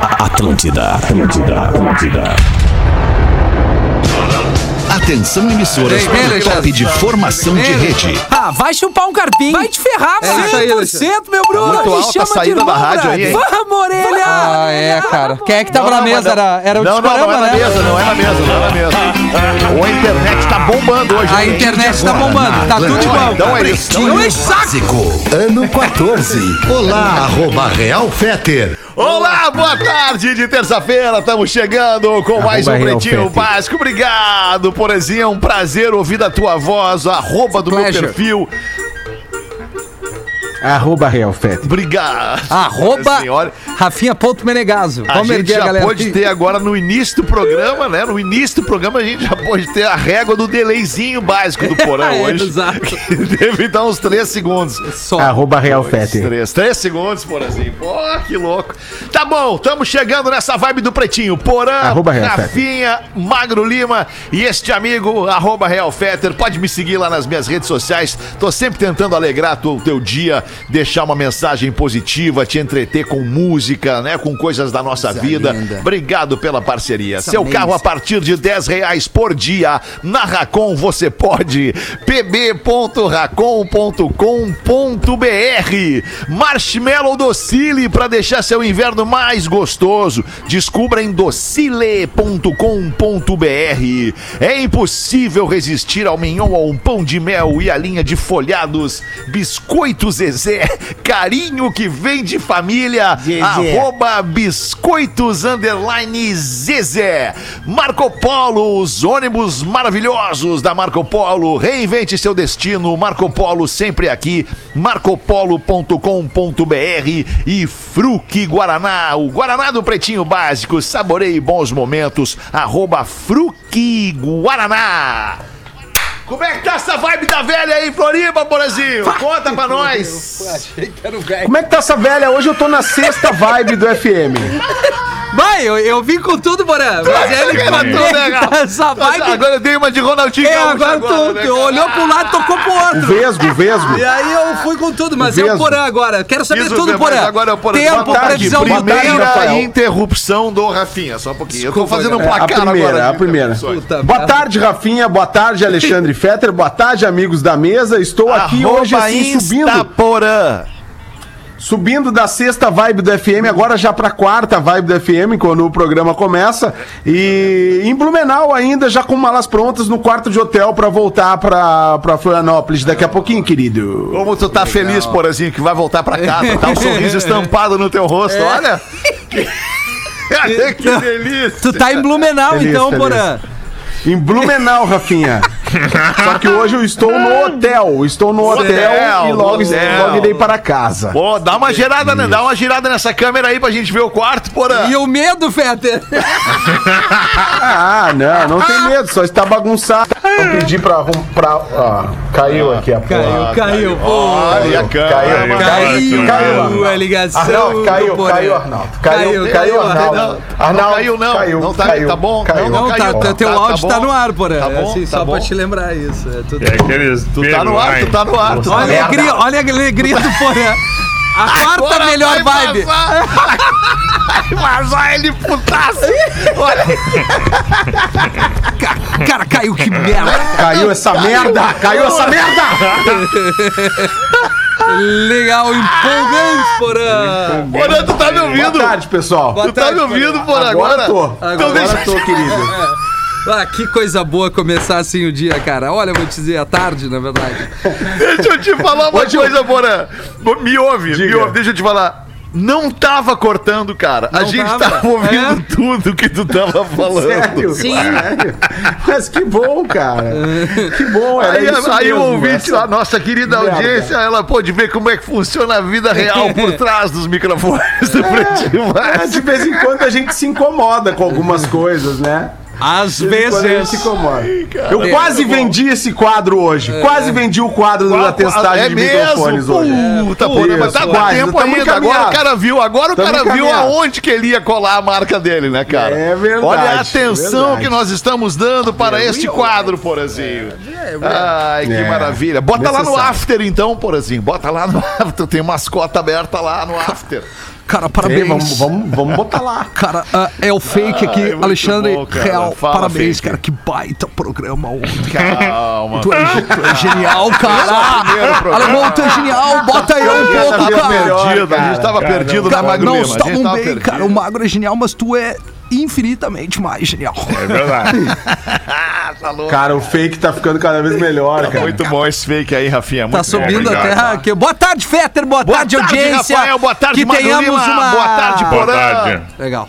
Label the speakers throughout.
Speaker 1: Atlântida, Atlântida, Atlântida.
Speaker 2: Atenção emissoras
Speaker 3: Ei,
Speaker 2: para o
Speaker 3: Alexandre.
Speaker 2: top de formação de
Speaker 3: Ei,
Speaker 2: rede.
Speaker 4: Ah, vai chupar um carpinho.
Speaker 3: Vai te ferrar,
Speaker 4: É isso aí, Alexandre. tá
Speaker 3: meu Bruno.
Speaker 2: Muito
Speaker 3: Me
Speaker 2: alta a
Speaker 3: chama de
Speaker 2: saída da
Speaker 3: irmão,
Speaker 2: rádio aí,
Speaker 3: brother.
Speaker 2: hein?
Speaker 3: Vamos, orelha.
Speaker 4: Ah, é, cara. Quem é que tava
Speaker 2: Não,
Speaker 4: na
Speaker 2: não, mas
Speaker 4: mesa?
Speaker 2: não-
Speaker 4: Era, era o
Speaker 2: não, não,
Speaker 4: discorama,
Speaker 2: não é na
Speaker 4: né?
Speaker 2: mesa, não é na mesa, não é na mesa. Ou a internet tá bombando hoje.
Speaker 4: A
Speaker 2: hein?
Speaker 4: internet tá bombando, tá tudo igual.
Speaker 2: Então é isso. então é isso.
Speaker 5: Ano 14. Olá, arroba Real Fetter.
Speaker 2: Olá, boa tarde de terça-feira. Estamos chegando com mais um
Speaker 4: Real
Speaker 2: Pretinho
Speaker 4: Fete.
Speaker 2: Básico. Obrigado, Porezinha. É um prazer ouvir a tua voz, arroba do meu
Speaker 4: Pleasure.
Speaker 2: perfil.
Speaker 5: Arroba Real Fetter.
Speaker 2: Obrigado.
Speaker 4: Arroba
Speaker 2: Senhora.
Speaker 4: Rafinha.menegaso.
Speaker 2: A
Speaker 4: Vamos
Speaker 2: gente
Speaker 4: erguer a
Speaker 2: já
Speaker 4: galera.
Speaker 2: pode ter agora no início do programa, né? No início do programa a gente já pode ter a régua do delayzinho básico do porão
Speaker 4: É,
Speaker 2: hoje.
Speaker 4: exato.
Speaker 2: Que deve dar uns 3 segundos.
Speaker 4: Só.
Speaker 5: Arroba Real
Speaker 2: Três,
Speaker 5: Fetter.
Speaker 2: Três, três segundos, Porazinho. Pô, que louco. Tá bom, estamos chegando nessa vibe do Pretinho. Porã,
Speaker 5: Arroba Real
Speaker 2: Rafinha, Magro Lima e este amigo, arroba Real Fetter. Pode me seguir lá nas minhas redes sociais. Tô sempre tentando alegrar tu- o teu dia, deixar uma mensagem positiva, te entreter com música, né? Com coisas da nossa vida. Obrigado pela parceria. Seu carro a partir de 10 reais por dia. Na Racon você pode. pb.racon.com.br Marshmallow Docile para deixar seu inverno mais gostoso. Descubra em docile.com.br. É impossível resistir ao mignon ou um pão de mel e a linha de folhados. Biscoito Zezé, carinho que vem de família. Arroba biscoitos underline Zezé. Marco Polo, os ônibus maravilhosos da Marco Polo. Reinvente seu destino. Marco Polo sempre aqui. marcopolo.com.br e Fruque Guaraná, o Guaraná do Pretinho Básico. Saborei bons momentos. Arroba Fruque Guaraná. Como é que tá essa vibe da velha aí, Floriba, Borazinho? Conta pra nós.
Speaker 5: Como é que tá essa velha? Hoje eu tô na sexta vibe do FM.
Speaker 4: Vai, eu, eu vim com tudo, Porã. Mas ele que
Speaker 2: Matou, né,
Speaker 4: matou
Speaker 2: cara?
Speaker 4: essa vibe.
Speaker 2: Agora eu dei uma de Ronaldinho.
Speaker 4: É,
Speaker 2: Gaúcho
Speaker 4: agora tu,
Speaker 2: né,
Speaker 4: tu
Speaker 2: cara?
Speaker 4: olhou pro lado, tocou pro
Speaker 5: O
Speaker 4: outro.
Speaker 5: Vesgo, o Vesgo.
Speaker 4: E aí eu fui com tudo, mas é o
Speaker 5: Mesmo.
Speaker 4: Porã agora. Quero saber
Speaker 2: Isso,
Speaker 4: tudo,
Speaker 2: mas
Speaker 4: Porã.
Speaker 2: Agora, é Porã,
Speaker 4: Tempo,
Speaker 2: boa tarde.
Speaker 4: previsão do
Speaker 2: Primeira
Speaker 4: tempo.
Speaker 5: Rafael.
Speaker 2: interrupção do Rafinha, só um pouquinho. eu tô
Speaker 4: Desculpa,
Speaker 2: fazendo um
Speaker 5: É,
Speaker 2: placar
Speaker 5: a primeira,
Speaker 2: agora.
Speaker 5: a
Speaker 2: de
Speaker 5: primeira.
Speaker 2: interrupções.
Speaker 4: Puta
Speaker 5: Boa
Speaker 4: merda.
Speaker 5: tarde, Rafinha. Boa tarde, Alexandre Fetter. Boa tarde, amigos da mesa. Estou aqui
Speaker 2: Arroba
Speaker 5: hoje assim, subindo,
Speaker 2: Instaporã.
Speaker 5: subindo da sexta vibe do FM, agora já pra quarta vibe do FM, quando o programa começa. E em Blumenau ainda, já com malas prontas no quarto de hotel pra voltar pra, pra Florianópolis daqui a pouquinho, querido.
Speaker 2: Como tu tá feliz, Porazinho, que vai voltar pra casa. Tá um sorriso estampado no teu rosto, olha. Então- Que, É. que delícia.
Speaker 4: Tu tá em Blumenau,
Speaker 5: Feliz,
Speaker 4: então,
Speaker 5: feliz.
Speaker 4: Porã.
Speaker 5: Em Blumenau, Rafinha. Só que hoje eu estou no hotel. Estou no hotel,
Speaker 2: Hotel,
Speaker 5: e logo,
Speaker 2: hotel.
Speaker 5: logo irei para casa.
Speaker 2: Pô, dá uma girada, né? Dá uma girada nessa câmera aí pra gente ver o quarto, Porã.
Speaker 4: E o medo, Fetter.
Speaker 5: Ah, não, não tem medo, só está bagunçado. Eu pedi pra arrum- pra. Ah, caiu aqui a porra.
Speaker 4: Caiu, caiu, pô.
Speaker 2: Olha a câmera.
Speaker 4: Caiu,
Speaker 2: Ah,
Speaker 5: Caiu,
Speaker 4: a ligação.
Speaker 5: Arnaldo,
Speaker 4: do
Speaker 5: caiu,
Speaker 4: Porã.
Speaker 5: caiu, Arnaldo. Caiu,
Speaker 4: Caiu,
Speaker 5: caiu,
Speaker 4: caiu,
Speaker 5: Arnaldo.
Speaker 2: Não, não
Speaker 5: Arnaldo,
Speaker 2: caiu, não. Não tá- tá bom?
Speaker 5: Caiu.
Speaker 4: Não, tá,
Speaker 2: caiu.
Speaker 4: tá- teu
Speaker 2: Tá- tá
Speaker 4: áudio tá,
Speaker 2: bom.
Speaker 4: no ar, Porã.
Speaker 2: Tá bom,
Speaker 4: assim,
Speaker 2: tá
Speaker 4: só
Speaker 2: bom.
Speaker 4: pra te lembrar isso. é tudo-
Speaker 6: É aqueles
Speaker 2: Tu tá no ar, tu tá no ar. tu tá
Speaker 4: Olha
Speaker 2: no
Speaker 4: a
Speaker 2: ar.
Speaker 4: alegria, olha a alegria do Porã. A
Speaker 5: tá
Speaker 4: quarta
Speaker 2: Agora
Speaker 4: melhor
Speaker 2: vai
Speaker 4: vibe.
Speaker 2: Vazar. Vai vazar ele putaço. Olha
Speaker 4: Cara, caiu que merda.
Speaker 5: tá, Caiu essa merda! Caiu essa merda!
Speaker 4: Legal, empolgante, Porã.
Speaker 2: Porã, tu tá me ouvindo?
Speaker 5: Boa tarde, pessoal.
Speaker 4: Boa
Speaker 2: Tu tá me
Speaker 4: tarde,
Speaker 2: ouvindo por agora?
Speaker 5: Agora tô.
Speaker 2: Então
Speaker 5: Agora
Speaker 2: deixa
Speaker 5: tô, querido.
Speaker 4: Ah, que coisa boa começar assim o dia, cara. Olha, eu vou te dizer, à tarde, na verdade.
Speaker 2: Deixa eu te falar uma coisa, Porã. Me ouve, me
Speaker 5: Diga.
Speaker 2: ouve, deixa eu te falar. Não tava cortando, cara. a
Speaker 4: Não
Speaker 2: gente
Speaker 4: tava.
Speaker 2: tava ouvindo tudo que tu tava falando.
Speaker 5: É? Sério?
Speaker 4: Sim.
Speaker 5: Sério? Mas que bom, cara. Que bom, era
Speaker 2: Aí,
Speaker 5: isso
Speaker 2: aí o
Speaker 5: mesmo,
Speaker 2: ouvinte,
Speaker 5: essa-
Speaker 2: a nossa querida
Speaker 5: Merda.
Speaker 2: audiência, ela pôde ver como é que funciona a vida real por trás dos microfones É. do Pretinho
Speaker 5: Ah, De
Speaker 2: Básico.
Speaker 5: vez em quando a gente se incomoda com algumas coisas, né?
Speaker 4: Às
Speaker 5: De vez em quando a gente se
Speaker 4: vezes.
Speaker 5: incomoda. Eu quase vendi esse quadro hoje. Quase vendi o quadro da testagem de microfones hoje.
Speaker 2: ah, é
Speaker 5: É,
Speaker 2: Puta, porra, mas tá
Speaker 5: Isso,
Speaker 2: dá
Speaker 5: quase,
Speaker 2: tempo
Speaker 5: tamo
Speaker 2: ainda. Agora
Speaker 5: encaminhado.
Speaker 2: o cara viu, agora o
Speaker 5: Tamo
Speaker 2: cara viu
Speaker 5: encaminhado.
Speaker 2: aonde que ele ia colar a marca dele, né, cara?
Speaker 5: É verdade,
Speaker 2: Olha a atenção
Speaker 5: verdade.
Speaker 2: que nós estamos dando para este quadro, Porazinho. Ai, que
Speaker 5: É.
Speaker 2: maravilha. Bota lá no
Speaker 5: Necessário.
Speaker 2: after, então, Porazinho. Bota lá no after. Tem mascota aberta lá no after.
Speaker 4: Cara,
Speaker 5: Ei,
Speaker 4: parabéns.
Speaker 5: vamos, vamos, vamos botar lá.
Speaker 4: Cara, ah, é o fake aqui,
Speaker 2: é muito
Speaker 4: Alexandre
Speaker 2: bom, cara.
Speaker 4: Real.
Speaker 2: Fala,
Speaker 4: parabéns,
Speaker 2: fake.
Speaker 4: cara. Que baita programa ontem.
Speaker 2: Calma.
Speaker 4: Tu é, ge- tu é genial,
Speaker 2: primeiro
Speaker 4: cara.
Speaker 2: programa.
Speaker 4: Alemão, tu é genial. Bota aí um
Speaker 5: Podia
Speaker 4: pouco,
Speaker 5: saber
Speaker 4: cara.
Speaker 5: melhor.
Speaker 2: Perdido, a gente
Speaker 5: Então, cara,
Speaker 2: tava
Speaker 5: cara,
Speaker 2: perdido na
Speaker 4: Cara,
Speaker 2: Magro
Speaker 4: não
Speaker 2: Lima. a gente
Speaker 4: estavam
Speaker 2: tava
Speaker 4: bem,
Speaker 2: perdido. Tá
Speaker 4: cara. O Magro é genial, mas tu é infinitamente mais genial.
Speaker 2: É verdade.
Speaker 5: Cara, o fake tá ficando cada vez melhor, cara.
Speaker 2: Tá Muito bom esse fake aí, Rafinha. Muito
Speaker 4: Tá subindo
Speaker 2: bom,
Speaker 4: a
Speaker 2: obrigado.
Speaker 4: terra aqui. Boa tarde, Fetter. Boa,
Speaker 2: Boa
Speaker 4: tarde,
Speaker 2: tarde,
Speaker 4: audiência.
Speaker 2: Rafael. Boa tarde,
Speaker 4: que
Speaker 2: Magro
Speaker 4: tenhamos
Speaker 2: Lima.
Speaker 4: uma. Tá
Speaker 2: Boa tarde, Boa Porã. tarde.
Speaker 4: Legal.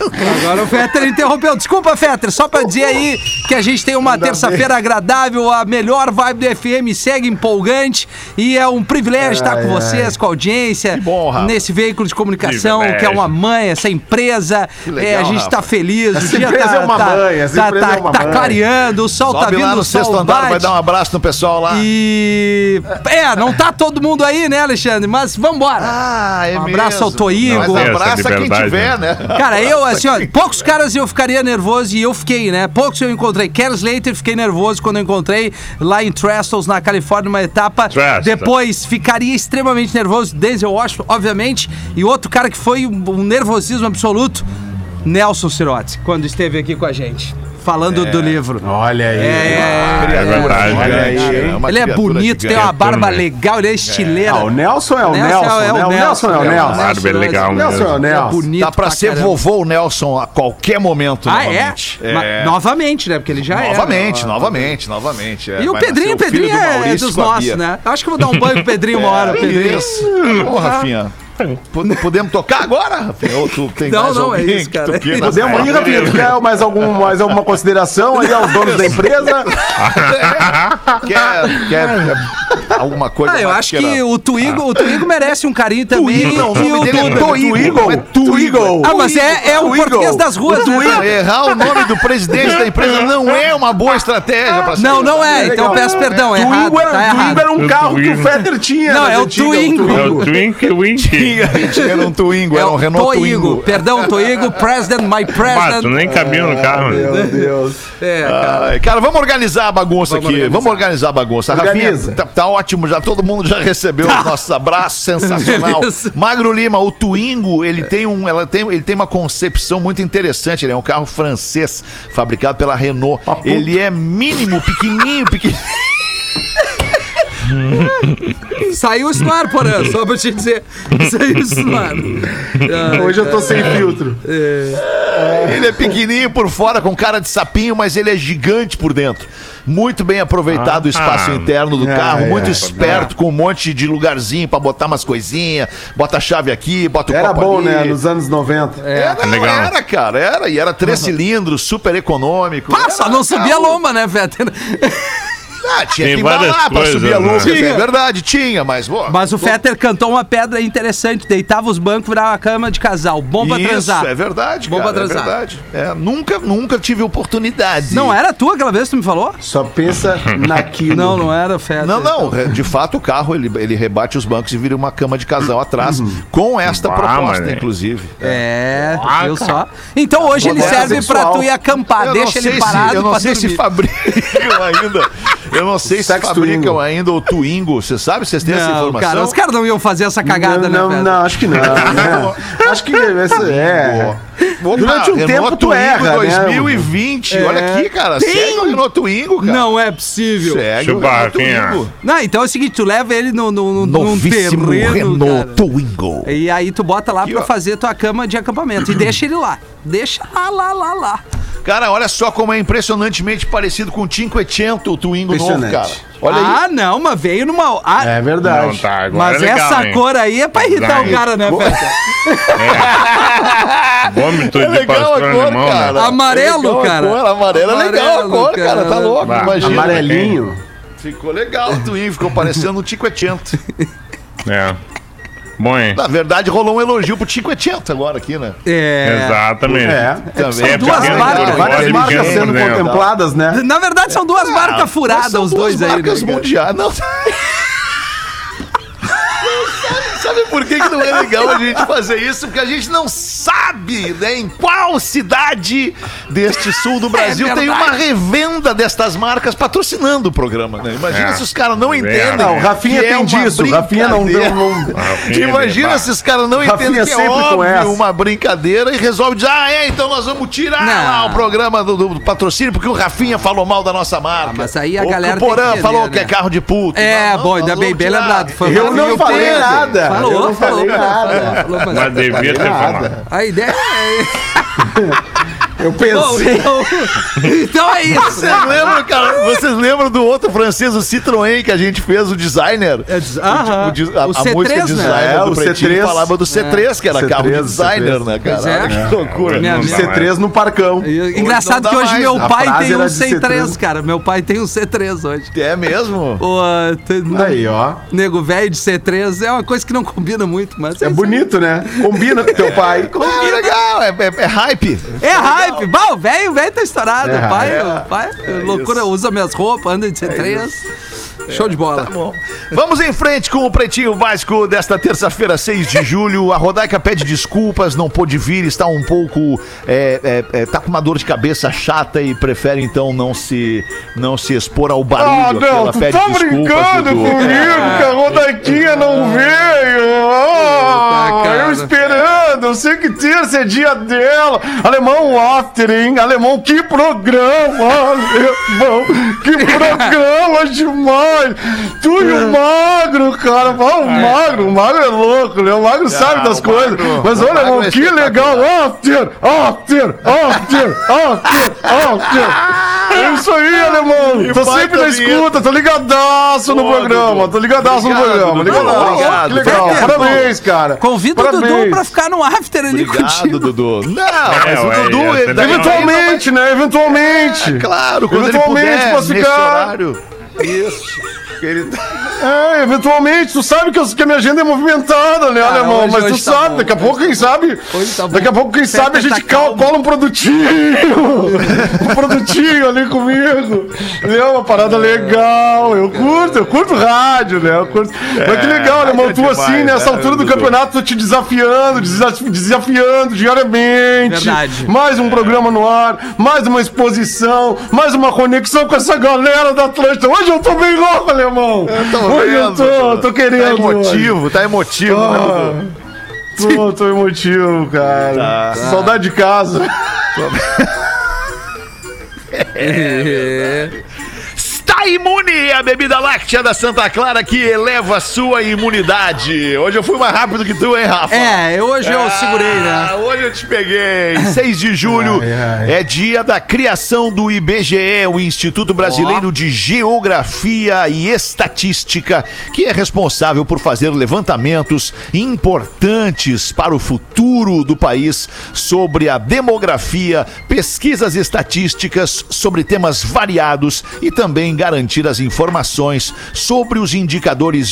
Speaker 4: Agora o Fetter interrompeu. Desculpa, Fetter, só pra dizer aí que a gente tem uma terça-feira agradável, a melhor vibe do FM segue empolgante e é um privilégio estar com vocês, com a audiência,
Speaker 2: bom, Rafa.
Speaker 4: nesse veículo de comunicação que é uma mãe, essa empresa.
Speaker 2: legal,
Speaker 4: é, a gente tá
Speaker 2: Rafa.
Speaker 4: feliz,
Speaker 5: Essa
Speaker 4: o dia
Speaker 5: empresa
Speaker 4: tá,
Speaker 5: é uma
Speaker 4: tá,
Speaker 5: mãe, essa
Speaker 4: tá,
Speaker 5: empresa
Speaker 4: tá,
Speaker 5: é uma
Speaker 4: tá
Speaker 5: mãe.
Speaker 4: clareando, o sol tá
Speaker 2: Sobe lá
Speaker 4: vindo,
Speaker 2: no
Speaker 4: o
Speaker 2: sexto
Speaker 4: sol
Speaker 2: andar, vai
Speaker 4: bate.
Speaker 2: dar um abraço no pessoal lá.
Speaker 4: E. É, não tá todo mundo aí, né, Alexandre? Mas vambora.
Speaker 2: Ah, é
Speaker 4: Um abraço ao Toigo.
Speaker 2: Mas abraça
Speaker 3: Essa é
Speaker 2: quem
Speaker 3: liberdade,
Speaker 2: tiver, né?
Speaker 4: Cara, eu, assim, ó, poucos caras eu ficaria nervoso e eu fiquei, né? Poucos eu encontrei. Kelly Slater, fiquei nervoso quando eu encontrei lá em Trestles, na Califórnia, uma etapa.
Speaker 3: Trestles.
Speaker 4: Depois, ficaria extremamente nervoso. Denzel Washington, obviamente. E outro cara que foi um um nervosismo absoluto, Nelson Sirotti, quando esteve aqui com a gente, falando do livro.
Speaker 5: Olha aí.
Speaker 4: É,
Speaker 3: É verdade,
Speaker 5: Olha aí,
Speaker 2: Gigante, né?
Speaker 5: hein?
Speaker 2: Uma
Speaker 4: ele é
Speaker 2: criatura
Speaker 4: bonito, tem
Speaker 2: gigante.
Speaker 4: uma barba
Speaker 3: né?
Speaker 4: legal, ele é estileira.
Speaker 5: Ah, o Nelson é o Nelson,
Speaker 4: Nelson é o
Speaker 5: né? O Nelson é o
Speaker 4: Nelson.
Speaker 5: Nelson.
Speaker 3: Claro, bem legal
Speaker 5: Nelson é o
Speaker 3: mesmo.
Speaker 4: É
Speaker 5: Nelson.
Speaker 4: bonito
Speaker 2: Dá pra ser
Speaker 4: caramba.
Speaker 2: vovô o Nelson a qualquer momento.
Speaker 4: Ah, é?
Speaker 2: novamente.
Speaker 4: Ma- Novamente, né? Porque ele já é.
Speaker 2: Novamente, novamente, novamente. é.
Speaker 4: E o
Speaker 2: Vai
Speaker 4: Pedrinho,
Speaker 2: nascer o filho
Speaker 4: Pedrinho
Speaker 2: do
Speaker 4: é
Speaker 2: Maurício
Speaker 4: dos
Speaker 2: com a
Speaker 4: nossos,
Speaker 2: Bia.
Speaker 4: né? Eu acho que eu vou dar um banho pro Pedrinho uma hora,
Speaker 2: É,
Speaker 4: Pedrinho.
Speaker 2: isso. Ô, Rafinha. po- Podemos tocar agora, Rafinha? Ou tu tem
Speaker 4: Não,
Speaker 2: mais
Speaker 4: não,
Speaker 2: alguém
Speaker 4: é isso,
Speaker 2: que tu
Speaker 4: cara.
Speaker 2: queira?
Speaker 5: Podemos ir, Rafinha? Tu Quer mais, algum, mais alguma consideração aí aos donos da empresa?
Speaker 2: Quer, quer alguma coisa?
Speaker 4: Ah, eu
Speaker 2: mais
Speaker 4: acho
Speaker 2: queira-
Speaker 4: que o Twigo, o Twigo merece um carinho também.
Speaker 2: Não, o
Speaker 4: e
Speaker 2: nome
Speaker 4: o
Speaker 2: dele é
Speaker 4: Dudu.
Speaker 2: Twigo.
Speaker 5: Twigo,
Speaker 2: é
Speaker 5: Twigo.
Speaker 4: Ah, mas é, é o
Speaker 5: Twigo.
Speaker 4: português das ruas,
Speaker 2: Não,
Speaker 4: né?
Speaker 2: errar o nome do presidente da empresa não é uma boa estratégia pra um
Speaker 4: Não, não é. Então eu
Speaker 5: Legal.
Speaker 4: peço perdão, é errado.
Speaker 5: Twingo era,
Speaker 4: Tá
Speaker 5: Twingo
Speaker 4: errado.
Speaker 5: era um
Speaker 3: O
Speaker 5: carro que o
Speaker 3: Twingo.
Speaker 5: Fetter tinha. né,
Speaker 4: Não,
Speaker 5: nas
Speaker 4: é o
Speaker 5: antigas,
Speaker 4: Twingo.
Speaker 3: É o Twink Wink.
Speaker 2: Era um Twingo,
Speaker 4: É
Speaker 2: era um
Speaker 4: o
Speaker 2: Renault
Speaker 4: Toigo.
Speaker 2: Twingo.
Speaker 4: Perdão, Toigo. President, my
Speaker 3: Mas tu
Speaker 4: president.
Speaker 3: nem cabia no carro. né?
Speaker 5: Meu Deus.
Speaker 4: É, cara.
Speaker 2: Ai, cara, vamos organizar a bagunça
Speaker 4: Vamos
Speaker 2: aqui.
Speaker 4: organizar.
Speaker 2: Vamos organizar a bagunça.
Speaker 5: Organiza.
Speaker 2: Rafinha, tá, tá ótimo já. Todo mundo já recebeu os nossos abraços. Sensacional.
Speaker 4: Beleza.
Speaker 2: Magro Lima, o Twingo, ele tem, um, ela tem, ele tem uma concepção muito interessante. Ele é um carro francês, fabricado pela Renault. Ele é mínimo, pequenininho, pequenininho. Ah.
Speaker 4: Saiu isso no ar, Porã, só pra te dizer. Saiu isso no ar. Ah,
Speaker 5: Hoje eu tô sem filtro.
Speaker 2: Ele é pequenininho por fora, com cara de sapinho, mas ele é gigante por dentro. Muito bem aproveitado o espaço
Speaker 3: ah.
Speaker 2: interno do
Speaker 5: É,
Speaker 2: carro,
Speaker 5: é,
Speaker 2: muito
Speaker 5: é.
Speaker 2: esperto, com um monte de lugarzinho pra botar umas coisinhas, bota a chave aqui, bota o
Speaker 5: Era
Speaker 2: copo
Speaker 5: bom,
Speaker 2: ali.
Speaker 5: né? Nos anos 90.
Speaker 4: É.
Speaker 2: Era,
Speaker 3: Legal.
Speaker 2: era, cara, era. E era três cilindros, super econômico.
Speaker 4: Pá, Ah, só
Speaker 2: Era
Speaker 4: Uhum. não
Speaker 2: um
Speaker 4: subia a
Speaker 2: carro-
Speaker 4: loma, né, Fetter?
Speaker 2: Ah, tinha
Speaker 3: Tem
Speaker 2: que embalar
Speaker 3: várias
Speaker 2: pra
Speaker 3: coisas,
Speaker 2: subir a
Speaker 3: né?
Speaker 2: loma.
Speaker 4: Tinha.
Speaker 2: É verdade, tinha, mas, pô,
Speaker 4: Mas o Fetter cantou uma pedra interessante. Deitava os bancos, virava a cama de casal. Bom pra
Speaker 2: isso,
Speaker 4: transar.
Speaker 2: é verdade,
Speaker 4: Bom
Speaker 2: cara,
Speaker 4: pra
Speaker 2: é
Speaker 4: transar.
Speaker 2: verdade. É, nunca, nunca tive oportunidade.
Speaker 4: Não é. era tu aquela vez que tu me falou?
Speaker 5: Só pensa naquilo.
Speaker 4: Não, não era o Fetter.
Speaker 2: Não, não. re- De fato, o carro ele, ele rebate os bancos e vira uma cama de casal atrás, com esta
Speaker 3: Bah,
Speaker 2: proposta,
Speaker 3: Ah, mané.
Speaker 2: inclusive.
Speaker 4: É,
Speaker 3: Ah,
Speaker 4: viu
Speaker 3: cara.
Speaker 4: só? Então hoje ele
Speaker 5: Boa,
Speaker 4: serve pra
Speaker 5: sexual.
Speaker 4: tu ir acampar.
Speaker 2: Eu
Speaker 4: Deixa
Speaker 2: não
Speaker 4: ele
Speaker 2: sei
Speaker 4: parado
Speaker 2: se, Eu não
Speaker 4: pra
Speaker 2: sei
Speaker 4: dormir.
Speaker 2: se fabricam ainda. Eu não sei se
Speaker 5: Sex
Speaker 2: fabricam
Speaker 5: Twingo.
Speaker 2: ainda o Twingo. Você sabe? Vocês têm essa
Speaker 4: Não,
Speaker 2: informação?
Speaker 4: cara, os caras não iam fazer essa cagada,
Speaker 5: não,
Speaker 4: né, Fetter?
Speaker 5: não, não, acho que não. né? acho que esse, é.
Speaker 2: Opa,
Speaker 5: Durante um
Speaker 2: Renault
Speaker 5: tempo tu
Speaker 2: Twingo
Speaker 5: erra, né?
Speaker 2: 2020. Olha aqui, cara.
Speaker 4: Tem.
Speaker 2: Segue o Renault Twingo, cara.
Speaker 4: É. Não é possível.
Speaker 2: Segue o
Speaker 3: Chupa,
Speaker 2: Renault
Speaker 3: Rafinha.
Speaker 2: Twingo.
Speaker 4: Não, então é o seguinte, tu leva ele no, no, no, num
Speaker 2: Novíssimo
Speaker 4: terreno,
Speaker 2: Renault
Speaker 4: cara. É
Speaker 2: Twingo.
Speaker 4: E aí tu bota lá
Speaker 2: Aqui,
Speaker 4: pra
Speaker 2: ó.
Speaker 4: fazer tua cama de acampamento. E deixa ele lá. Deixa lá, lá, lá, lá.
Speaker 2: Cara, olha só como é impressionantemente parecido com o Cinquecento, o Twingo novo,
Speaker 5: Impressionante.
Speaker 2: cara. Olha aí.
Speaker 4: ah, não, mas veio numa. Ah,
Speaker 5: É
Speaker 3: Não,
Speaker 5: verdade.
Speaker 3: tá, agora
Speaker 4: mas
Speaker 3: é legal,
Speaker 4: essa
Speaker 3: hein?
Speaker 4: cor aí é pra irritar
Speaker 3: Vai.
Speaker 4: o cara, né, Fetter?
Speaker 3: Vômito
Speaker 2: É
Speaker 3: de
Speaker 2: legal a
Speaker 3: pastor
Speaker 2: cor,
Speaker 3: alemão, né?
Speaker 2: cara.
Speaker 4: Amarelo,
Speaker 2: É legal a
Speaker 4: cara.
Speaker 2: cor, amarelo, é legal a
Speaker 4: Amarelo,
Speaker 2: cor, cara. Tá
Speaker 4: cara.
Speaker 2: louco,
Speaker 3: Bah,
Speaker 2: imagina.
Speaker 5: Amarelinho.
Speaker 2: Ficou legal o Twingo, ficou parecendo um Cinquecento.
Speaker 3: É. Bom, hein?
Speaker 2: Na verdade, rolou um elogio pro Cinquecento agora aqui, né?
Speaker 4: É.
Speaker 3: Exatamente.
Speaker 5: É.
Speaker 2: Também.
Speaker 3: É,
Speaker 4: duas
Speaker 3: porque
Speaker 4: marcas,
Speaker 3: agora
Speaker 5: Várias
Speaker 3: ele
Speaker 5: marcas
Speaker 3: ganha
Speaker 5: sendo
Speaker 3: um dentro.
Speaker 5: contempladas, né?
Speaker 4: Na verdade, são duas marcas furadas, os dois aí.
Speaker 2: marcas
Speaker 4: né, cara?
Speaker 2: mundiais. Não, sabe, Sabe por que, que não é legal a gente fazer isso? Porque a gente não sabe né, em qual cidade deste sul do Brasil tem uma
Speaker 4: É verdade.
Speaker 2: revenda destas marcas patrocinando o programa. né? Imagina
Speaker 3: É.
Speaker 2: se os caras não
Speaker 3: É.
Speaker 2: entendem.
Speaker 5: Não,
Speaker 2: que
Speaker 5: Rafinha
Speaker 2: é
Speaker 5: tem
Speaker 2: uma
Speaker 5: disso. Rafinha não deu.
Speaker 2: brincadeira.
Speaker 5: Não...
Speaker 3: Rafinha,
Speaker 2: Imagina
Speaker 3: bah.
Speaker 2: se os caras não
Speaker 5: Rafinha
Speaker 2: entendem que é
Speaker 5: sempre com essa.
Speaker 2: óbvio uma brincadeira e resolve dizer, ah, é, então nós vamos tirar
Speaker 4: Não.
Speaker 2: lá o programa do, do- do patrocínio porque o Rafinha falou mal da nossa marca.
Speaker 4: Ah, mas aí a
Speaker 2: Ou
Speaker 4: galera
Speaker 2: que o Porã
Speaker 4: tem que
Speaker 2: falou
Speaker 4: entender,
Speaker 2: que é
Speaker 4: né?
Speaker 2: carro de puto.
Speaker 4: É,
Speaker 2: Não, não,
Speaker 4: bom, ainda
Speaker 2: nós
Speaker 4: bem,
Speaker 2: vamos
Speaker 4: bem
Speaker 2: tirar.
Speaker 4: lembrado. Foi
Speaker 5: Eu não
Speaker 4: maravilhoso.
Speaker 5: falei
Speaker 4: Pedro.
Speaker 5: nada.
Speaker 4: Falou,
Speaker 5: eu não
Speaker 4: falou,
Speaker 5: falei nada.
Speaker 4: falou, mas-
Speaker 3: Mas devia ter
Speaker 5: nada.
Speaker 3: falado.
Speaker 4: A ideia é.
Speaker 5: Eu
Speaker 4: Bom,
Speaker 5: pensei.
Speaker 4: então... então é isso.
Speaker 2: Vocês lembram, cara? Vocês lembram do outro francês, o Citroën, que a gente fez, o designer?
Speaker 4: É des- aham.
Speaker 2: O de- a,
Speaker 4: O
Speaker 2: a música
Speaker 4: C3,
Speaker 2: designer
Speaker 5: né? É,
Speaker 2: do
Speaker 5: o
Speaker 2: Pretinho
Speaker 5: C3.
Speaker 2: falava do
Speaker 4: É.
Speaker 2: C3, que era
Speaker 5: C3,
Speaker 2: carro de designer,
Speaker 5: C3.
Speaker 2: né,
Speaker 4: Pois
Speaker 2: cara?
Speaker 4: é.
Speaker 2: Olha Que loucura.
Speaker 4: Minha
Speaker 3: Não
Speaker 4: amiga-
Speaker 5: é
Speaker 3: dá mais.
Speaker 5: C3 no Parcão.
Speaker 4: E-
Speaker 2: não
Speaker 4: Engraçado
Speaker 2: dá
Speaker 4: que hoje
Speaker 2: mais.
Speaker 4: meu
Speaker 5: A
Speaker 4: pai
Speaker 5: frase
Speaker 4: tem
Speaker 5: era
Speaker 4: um
Speaker 5: de ser trans.
Speaker 4: C3, cara. Meu pai tem um C3 hoje.
Speaker 2: É mesmo?
Speaker 4: O, ah, tem-
Speaker 5: Aí, ó.
Speaker 4: Nego velho de C3 é uma coisa que não combina muito, mas.
Speaker 5: É
Speaker 4: isso
Speaker 5: bonito, né? Combina com teu pai.
Speaker 2: É legal, é, é- é hype.
Speaker 4: aí. É hype. Bah, o velho, o velho tá estourado.
Speaker 5: É É
Speaker 4: o pai,
Speaker 5: hype.
Speaker 4: o pai loucura, usa minhas roupas, anda de C3. Show de bola.
Speaker 5: Tá
Speaker 2: Bom, vamos em frente com o Pretinho Básico desta terça-feira, 6 de julho. A Rodaica pede desculpas, não pôde vir, está um pouco. É, é, é, tá com uma dor de cabeça chata e prefere então não se, não se expor ao barulho.
Speaker 5: Ah,
Speaker 2: aqui.
Speaker 5: não,
Speaker 2: Ela
Speaker 5: tu
Speaker 2: pede
Speaker 5: tá
Speaker 2: desculpas,
Speaker 5: brincando
Speaker 2: Dudu.
Speaker 5: comigo, que a rodaquinha não veio. Ah,
Speaker 4: Puta, cara.
Speaker 5: eu esperando, eu sei que terça é dia dela. Alemão After, hein? Alemão, que programa, alemão, que programa demais. Tu e o
Speaker 2: É.
Speaker 5: Magro, cara, Ah, o Magro, o Magro é louco, né? O Magro sabe das
Speaker 2: Ah, o
Speaker 5: coisas.
Speaker 2: Magro-
Speaker 5: Mas
Speaker 2: o
Speaker 5: olha,
Speaker 2: Magro
Speaker 5: alemão,
Speaker 2: é
Speaker 5: que legal, After, After, After, After, After. É isso aí, alemão. Tô
Speaker 2: baita
Speaker 5: sempre na
Speaker 2: vinheta.
Speaker 5: escuta, tô ligadaço no
Speaker 2: Boa,
Speaker 5: programa,
Speaker 2: Dudu.
Speaker 5: tô ligadaço no
Speaker 2: Obrigado,
Speaker 5: programa,
Speaker 2: Dudu.
Speaker 5: ligadaço.
Speaker 2: Obrigado. Tá
Speaker 5: Que legal,
Speaker 4: Peter,
Speaker 5: parabéns, cara.
Speaker 4: Convida o Dudu pra ficar no after ali
Speaker 2: Obrigado,
Speaker 4: contigo.
Speaker 2: Dudu. Não, mas o
Speaker 3: ué,
Speaker 2: Dudu.
Speaker 3: essa
Speaker 2: ele-
Speaker 3: é
Speaker 2: daí-
Speaker 3: legal.
Speaker 5: Eventualmente, né? Eventualmente.
Speaker 2: É, Claro, quando ele
Speaker 5: Eventualmente,
Speaker 2: puder,
Speaker 5: posso
Speaker 2: nesse
Speaker 5: ficar.
Speaker 2: horário. Isso. Ele
Speaker 5: É, eventualmente, tu sabe que, eu- que a minha agenda é movimentada, né, alemão?
Speaker 4: hoje-
Speaker 5: Mas tu
Speaker 4: hoje tá
Speaker 5: sabe,
Speaker 4: bom.
Speaker 5: daqui a pouco, quem sabe.
Speaker 4: Hoje tá bom.
Speaker 5: daqui a pouco, quem sabe, a
Speaker 4: Tá
Speaker 5: gente
Speaker 4: calmo.
Speaker 5: calcola um produtinho. um produtinho ali comigo. É uma parada legal. Eu curto, eu curto rádio, né? Eu curto. Mas que legal, alemão, tu
Speaker 2: rádio é demais,
Speaker 5: assim, nessa
Speaker 2: né,
Speaker 5: altura do
Speaker 2: Dudu?
Speaker 5: campeonato, tô te desafiando, desafi- desafiando diariamente.
Speaker 4: Verdade. É.
Speaker 5: Mais um programa no ar, mais uma exposição, mais uma conexão com essa galera da Atlântida. Hoje eu tô bem louco, alemão. Hoje eu tô, tô querendo.
Speaker 2: Tá emotivo, tá
Speaker 5: hoje.
Speaker 2: emotivo, né, Dudu?
Speaker 5: Ah, Tô, tô emotivo, cara. Saudade de casa.
Speaker 2: Está imune a bebida láctea da Santa Clara que eleva a sua imunidade. Hoje eu fui mais rápido que tu, hein, Rafa?
Speaker 4: É, hoje eu segurei, né?
Speaker 2: Ah, hoje eu te peguei. 6 de julho
Speaker 5: Ai, ai.
Speaker 2: é dia da criação do IBGE, o Instituto Brasileiro de Geografia e Estatística, que é responsável por fazer levantamentos importantes para o futuro do país sobre a demografia, pesquisas estatísticas sobre temas variados e também garantir as informações sobre os indicadores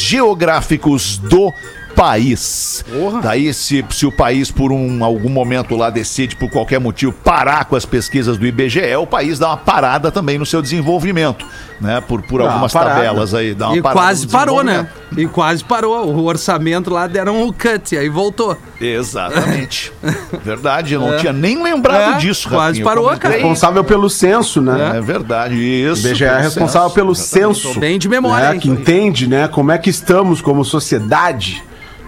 Speaker 2: geográficos do país. Daí, se, se o país, por um, algum momento lá, decide, por qualquer motivo, parar com as pesquisas do IBGE, o país dá uma parada também no seu desenvolvimento, né? Por, por
Speaker 5: uma
Speaker 2: algumas
Speaker 5: parada.
Speaker 2: tabelas aí. Dá uma
Speaker 4: E
Speaker 2: parada
Speaker 4: quase
Speaker 2: no
Speaker 4: parou, né?
Speaker 2: desenvolvimento.
Speaker 4: E quase parou. O orçamento lá deram o cut e aí voltou.
Speaker 2: Exatamente. Verdade, eu não tinha nem lembrado
Speaker 4: É,
Speaker 2: disso,
Speaker 4: quase
Speaker 2: Rafinha, eu
Speaker 4: parou,
Speaker 2: comentei.
Speaker 4: cara.
Speaker 5: Responsável pelo censo, né?
Speaker 2: É verdade, isso.
Speaker 5: O IBGE é
Speaker 2: pelo
Speaker 5: responsável
Speaker 2: censo.
Speaker 5: pelo censo.
Speaker 4: Bem de memória,
Speaker 5: né,
Speaker 4: hein?
Speaker 5: Que entende, né? Como é que estamos como sociedade.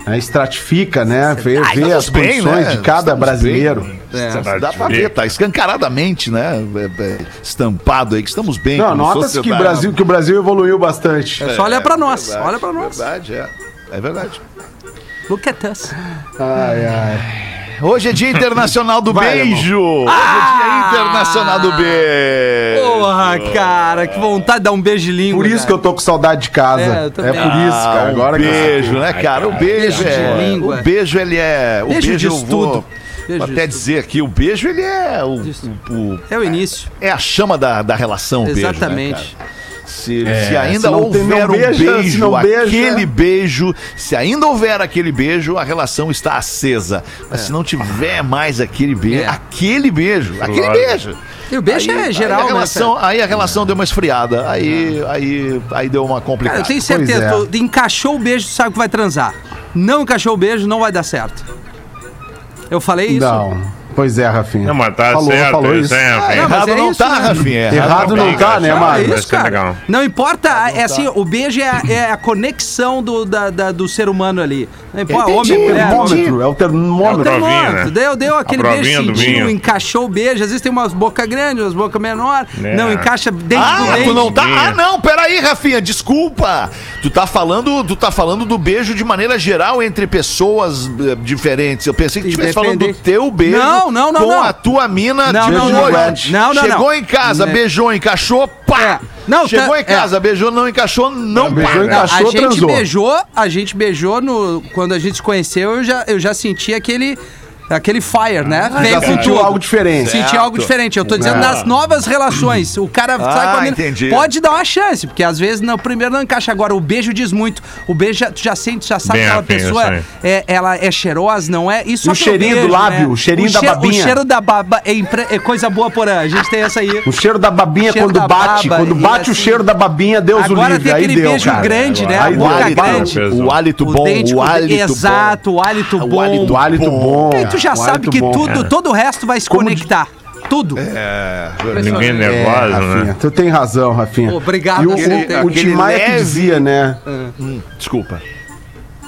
Speaker 5: né, estratifica, né? Vê, vê as
Speaker 2: Estamos bem,
Speaker 5: condições
Speaker 2: né?
Speaker 5: de cada
Speaker 2: Estamos
Speaker 5: brasileiro.
Speaker 2: bem.
Speaker 4: É.
Speaker 2: Dá pra ver, tá escancaradamente, né? É, é, Estampado aí, que estamos bem.
Speaker 5: Não,
Speaker 2: como
Speaker 5: nota-se que, o
Speaker 2: sociedade.
Speaker 5: Brasil- que o Brasil evoluiu bastante.
Speaker 4: É só olhar pra nós.
Speaker 2: Verdade,
Speaker 4: olha pra nós.
Speaker 2: Verdade, é. É verdade.
Speaker 4: Look at us.
Speaker 5: Ai, ai.
Speaker 2: Hoje é Dia Internacional do
Speaker 5: Vai, Ah!
Speaker 2: Beijo! Hoje é Dia Internacional do Beijo!
Speaker 4: Porra, cara, que vontade de dar um beijilinho.
Speaker 5: Por isso que eu tô com saudade de casa.
Speaker 4: É,
Speaker 5: É,
Speaker 4: eu
Speaker 5: por isso,
Speaker 4: também.
Speaker 5: cara.
Speaker 2: Ah,
Speaker 5: Agora
Speaker 2: um beijo, né, cara? O
Speaker 4: Beijo
Speaker 2: beijo
Speaker 4: de
Speaker 2: é.
Speaker 4: língua.
Speaker 2: O beijo, ele é. O
Speaker 4: Beijo
Speaker 2: beijo, eu
Speaker 4: diz
Speaker 2: vou,
Speaker 4: tudo. Beijo
Speaker 2: vou
Speaker 4: diz
Speaker 2: até
Speaker 4: tudo.
Speaker 2: dizer aqui, o beijo, ele é. O,
Speaker 4: Diz
Speaker 2: o- o-
Speaker 4: É o início.
Speaker 5: Um
Speaker 2: é a chama da, da relação, o beijo. né, cara?
Speaker 4: Exatamente.
Speaker 2: Se, se ainda
Speaker 5: É, se não tem- não
Speaker 2: houver um
Speaker 5: beija, se
Speaker 2: beijo,
Speaker 5: não beija.
Speaker 2: aquele beijo, se ainda houver aquele beijo, a relação está acesa.
Speaker 5: É.
Speaker 2: Mas se não tiver mais aquele beijo,
Speaker 4: É.
Speaker 2: aquele beijo, aquele beijo.
Speaker 4: E o beijo é geral,
Speaker 2: aí a
Speaker 4: né,
Speaker 2: relação, Aí a relação deu uma esfriada, aí, aí, aí deu uma
Speaker 4: Cara,
Speaker 2: complicada.
Speaker 4: eu tenho certeza,
Speaker 5: Pois é.
Speaker 4: tu encaixou o beijo, tu sabe que vai transar. não encaixou o beijo, não vai dar certo. Eu falei isso?
Speaker 5: Não. Pois é, Rafinha.
Speaker 3: Não, mas tá
Speaker 5: falou,
Speaker 3: certo
Speaker 5: falou
Speaker 3: isso,
Speaker 5: isso.
Speaker 3: hein,
Speaker 4: Ah,
Speaker 3: Rafinha?
Speaker 4: mas
Speaker 2: Errado
Speaker 4: é
Speaker 2: não
Speaker 4: isso,
Speaker 2: tá,
Speaker 4: né?
Speaker 2: Rafinha.
Speaker 5: Errado
Speaker 3: bem,
Speaker 5: não tá,
Speaker 3: cara.
Speaker 5: né,
Speaker 3: Ah,
Speaker 4: Ah, é
Speaker 5: Magro?
Speaker 3: vai
Speaker 4: isso,
Speaker 3: ser
Speaker 4: cara.
Speaker 3: legal.
Speaker 4: Não importa,
Speaker 2: tá.
Speaker 4: é assim, o beijo é, a- é a conexão do, da- da- do ser humano ali. Não importa,
Speaker 5: É
Speaker 4: homem,
Speaker 5: o
Speaker 4: mulher, homem.
Speaker 5: termômetro, é o
Speaker 3: É o
Speaker 5: termômetro.
Speaker 3: termômetro. provinha, né?
Speaker 4: Deu, deu aquele
Speaker 3: provinha
Speaker 4: beijo
Speaker 3: do
Speaker 4: cedinho,
Speaker 3: vinho.
Speaker 4: encaixou o beijo. Às vezes tem umas boca grande, umas boca menor.
Speaker 3: É.
Speaker 4: Não, encaixa dentro do
Speaker 2: Ah,
Speaker 4: dente.
Speaker 2: tu não tá.
Speaker 3: Minha.
Speaker 2: Ah, não, peraí, Rafinha, desculpa. Tu tá falando, tu tá falando do beijo de maneira geral entre pessoas eh, diferentes. Eu pensei que tu estivesse falando do
Speaker 4: Independente.
Speaker 2: teu beijo
Speaker 4: Não, não, não,
Speaker 2: com
Speaker 4: não.
Speaker 2: a tua
Speaker 4: Não,
Speaker 2: mina tá de
Speaker 5: não, não,
Speaker 2: olho.
Speaker 5: não.
Speaker 4: Não, não,
Speaker 2: Chegou
Speaker 4: não.
Speaker 2: em casa,
Speaker 4: Né.
Speaker 2: beijou, encaixou, pá.
Speaker 4: É. Não,
Speaker 2: Chegou
Speaker 4: tá-
Speaker 2: em casa, beijou, não encaixou, não,
Speaker 5: beijou,
Speaker 2: pá.
Speaker 5: encaixou.
Speaker 4: a gente
Speaker 5: transou.
Speaker 4: beijou, a gente beijou no quando a gente se conheceu, eu já eu já senti aquele aquele fire, né? Vem
Speaker 5: Ah, Já
Speaker 4: com
Speaker 5: sentiu
Speaker 4: tudo.
Speaker 5: algo diferente. Ah.
Speaker 4: Senti
Speaker 2: Certo.
Speaker 4: algo diferente. Eu tô dizendo nas novas relações. O cara sai com a mina.
Speaker 2: entendi.
Speaker 4: Pode dar uma chance, porque às vezes não, primeiro não encaixa. Agora, o beijo diz muito. O beijo, já- tu já sente, já sabe
Speaker 3: Bem
Speaker 4: que aquela
Speaker 3: afim, isso
Speaker 4: pessoa
Speaker 3: aí.
Speaker 4: é, ela é cheirosa, não é? Isso
Speaker 5: O cheirinho do lábio, o cheirinho da babinha.
Speaker 4: O cheiro da baba é, impre- é coisa boa, porã. A gente tem essa aí.
Speaker 5: O cheiro da babinha
Speaker 4: O cheiro
Speaker 5: quando
Speaker 4: da
Speaker 5: bate,
Speaker 4: baba,
Speaker 5: quando
Speaker 4: e
Speaker 5: bate o
Speaker 4: assim-
Speaker 5: cheiro da babinha, Deus o
Speaker 4: Agora
Speaker 5: livre.
Speaker 4: tem
Speaker 5: Aí
Speaker 4: aquele
Speaker 5: deu,
Speaker 4: beijo
Speaker 5: cara.
Speaker 4: grande, né?
Speaker 5: Aí
Speaker 4: A
Speaker 5: deu,
Speaker 4: boca
Speaker 5: aí deu.
Speaker 4: grande.
Speaker 2: o hálito bom,
Speaker 4: dente
Speaker 2: o
Speaker 4: com
Speaker 2: hálito bom.
Speaker 4: Exato, o hálito bom.
Speaker 2: O hálito
Speaker 5: Ah, O hálito
Speaker 2: Bom,
Speaker 5: bom.
Speaker 4: E aí tu já
Speaker 5: o
Speaker 4: sabe
Speaker 5: hálito
Speaker 4: que
Speaker 5: bom.
Speaker 4: tudo, todo o resto vai se
Speaker 5: Como
Speaker 4: conectar. Tudo.
Speaker 3: Ninguém
Speaker 5: É,
Speaker 3: nervoso,
Speaker 5: Rafinha,
Speaker 3: né?
Speaker 5: tu tem razão, Rafinha.
Speaker 4: Obrigado,
Speaker 5: E o,
Speaker 4: você
Speaker 5: o,
Speaker 4: tem-
Speaker 5: o Tim
Speaker 2: aquele
Speaker 5: Maia que
Speaker 2: leve-
Speaker 5: dizia, né?
Speaker 2: Desculpa,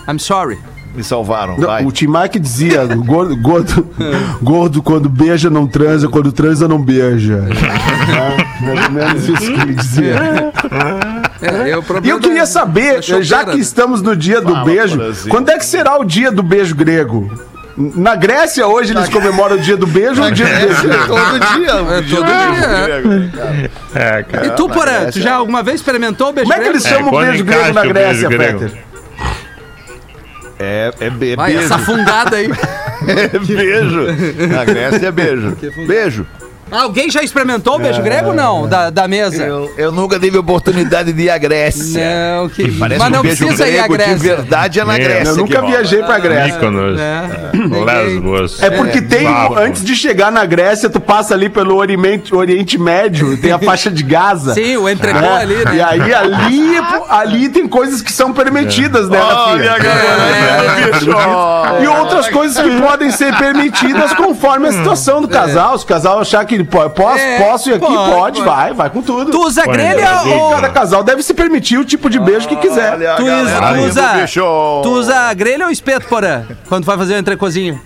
Speaker 4: I'm sorry.
Speaker 2: me salvaram,
Speaker 5: Não,
Speaker 2: vai.
Speaker 5: o Tim Maia que dizia, gordo, gordo, gordo quando beija não transa, quando transa não beija. É, mais ou menos isso que ele dizia.
Speaker 4: É, eu,
Speaker 5: E eu queria saber, já que estamos no dia do
Speaker 2: Fala,
Speaker 5: beijo,
Speaker 2: Porazinho.
Speaker 5: quando é que será o dia do beijo grego? Na Grécia hoje eles comemoram o dia do beijo ou o dia do beijo grego?
Speaker 2: todo dia,
Speaker 4: É, todo dia.
Speaker 5: né?
Speaker 3: É, cara.
Speaker 4: E tu, Porã,
Speaker 2: Parece,
Speaker 4: tu já
Speaker 2: é.
Speaker 4: alguma vez experimentou o beijo
Speaker 5: Como é que
Speaker 4: grego?
Speaker 5: eles chamam o
Speaker 3: quando
Speaker 5: beijo grego
Speaker 3: encaixa
Speaker 5: na
Speaker 3: o beijo
Speaker 5: Grécia,
Speaker 3: grego.
Speaker 5: Peter?
Speaker 2: É, é, be-
Speaker 4: Vai,
Speaker 2: beijo.
Speaker 4: essa fungada aí.
Speaker 2: É beijo. Na Grécia é beijo. Beijo.
Speaker 4: Alguém já experimentou o
Speaker 5: É.
Speaker 4: beijo grego ou não? Da, da mesa?
Speaker 2: Eu, eu nunca tive oportunidade de ir à Grécia.
Speaker 4: Não, que...
Speaker 2: Parece
Speaker 4: Né? Mas não
Speaker 2: um beijo
Speaker 4: precisa ir à
Speaker 2: grego de
Speaker 4: Grécia.
Speaker 2: verdade é na
Speaker 3: É, Ah,
Speaker 2: Grécia.
Speaker 5: Eu nunca
Speaker 2: que
Speaker 5: viajei pra Grécia.
Speaker 3: Mykonos,
Speaker 4: É.
Speaker 3: Lesbos.
Speaker 5: É porque tem,
Speaker 3: Bafo.
Speaker 5: antes de chegar na Grécia, tu passa ali pelo Oriente, Oriente Médio, tem a faixa de Gaza.
Speaker 4: Sim, o entrecô
Speaker 5: né?
Speaker 4: ali, né?
Speaker 5: E aí, ali, pô, ali tem coisas que são permitidas, né,
Speaker 2: Olha,
Speaker 5: Rafinha?
Speaker 2: galera, bicho.
Speaker 4: É.
Speaker 5: E outras coisas que podem ser permitidas conforme a situação do casal. Se o casal achar que ele pode, posso,
Speaker 4: Hum. É,
Speaker 5: posso ir aqui,
Speaker 4: pode,
Speaker 5: pode,
Speaker 4: pode.
Speaker 5: vai, vai com tudo.
Speaker 4: Tu usa
Speaker 3: Põe
Speaker 4: grelha
Speaker 3: na
Speaker 5: E
Speaker 4: ou...
Speaker 3: boca.
Speaker 5: cada casal deve se permitir o tipo de beijo que quiser.
Speaker 2: Olha a
Speaker 4: Tu
Speaker 2: galera
Speaker 4: usa,
Speaker 2: aí
Speaker 4: tu
Speaker 2: do
Speaker 4: usa,
Speaker 2: bicho.
Speaker 4: tu usa grelha ou espeto, Porã? Quando vai fazer o entrecôzinho?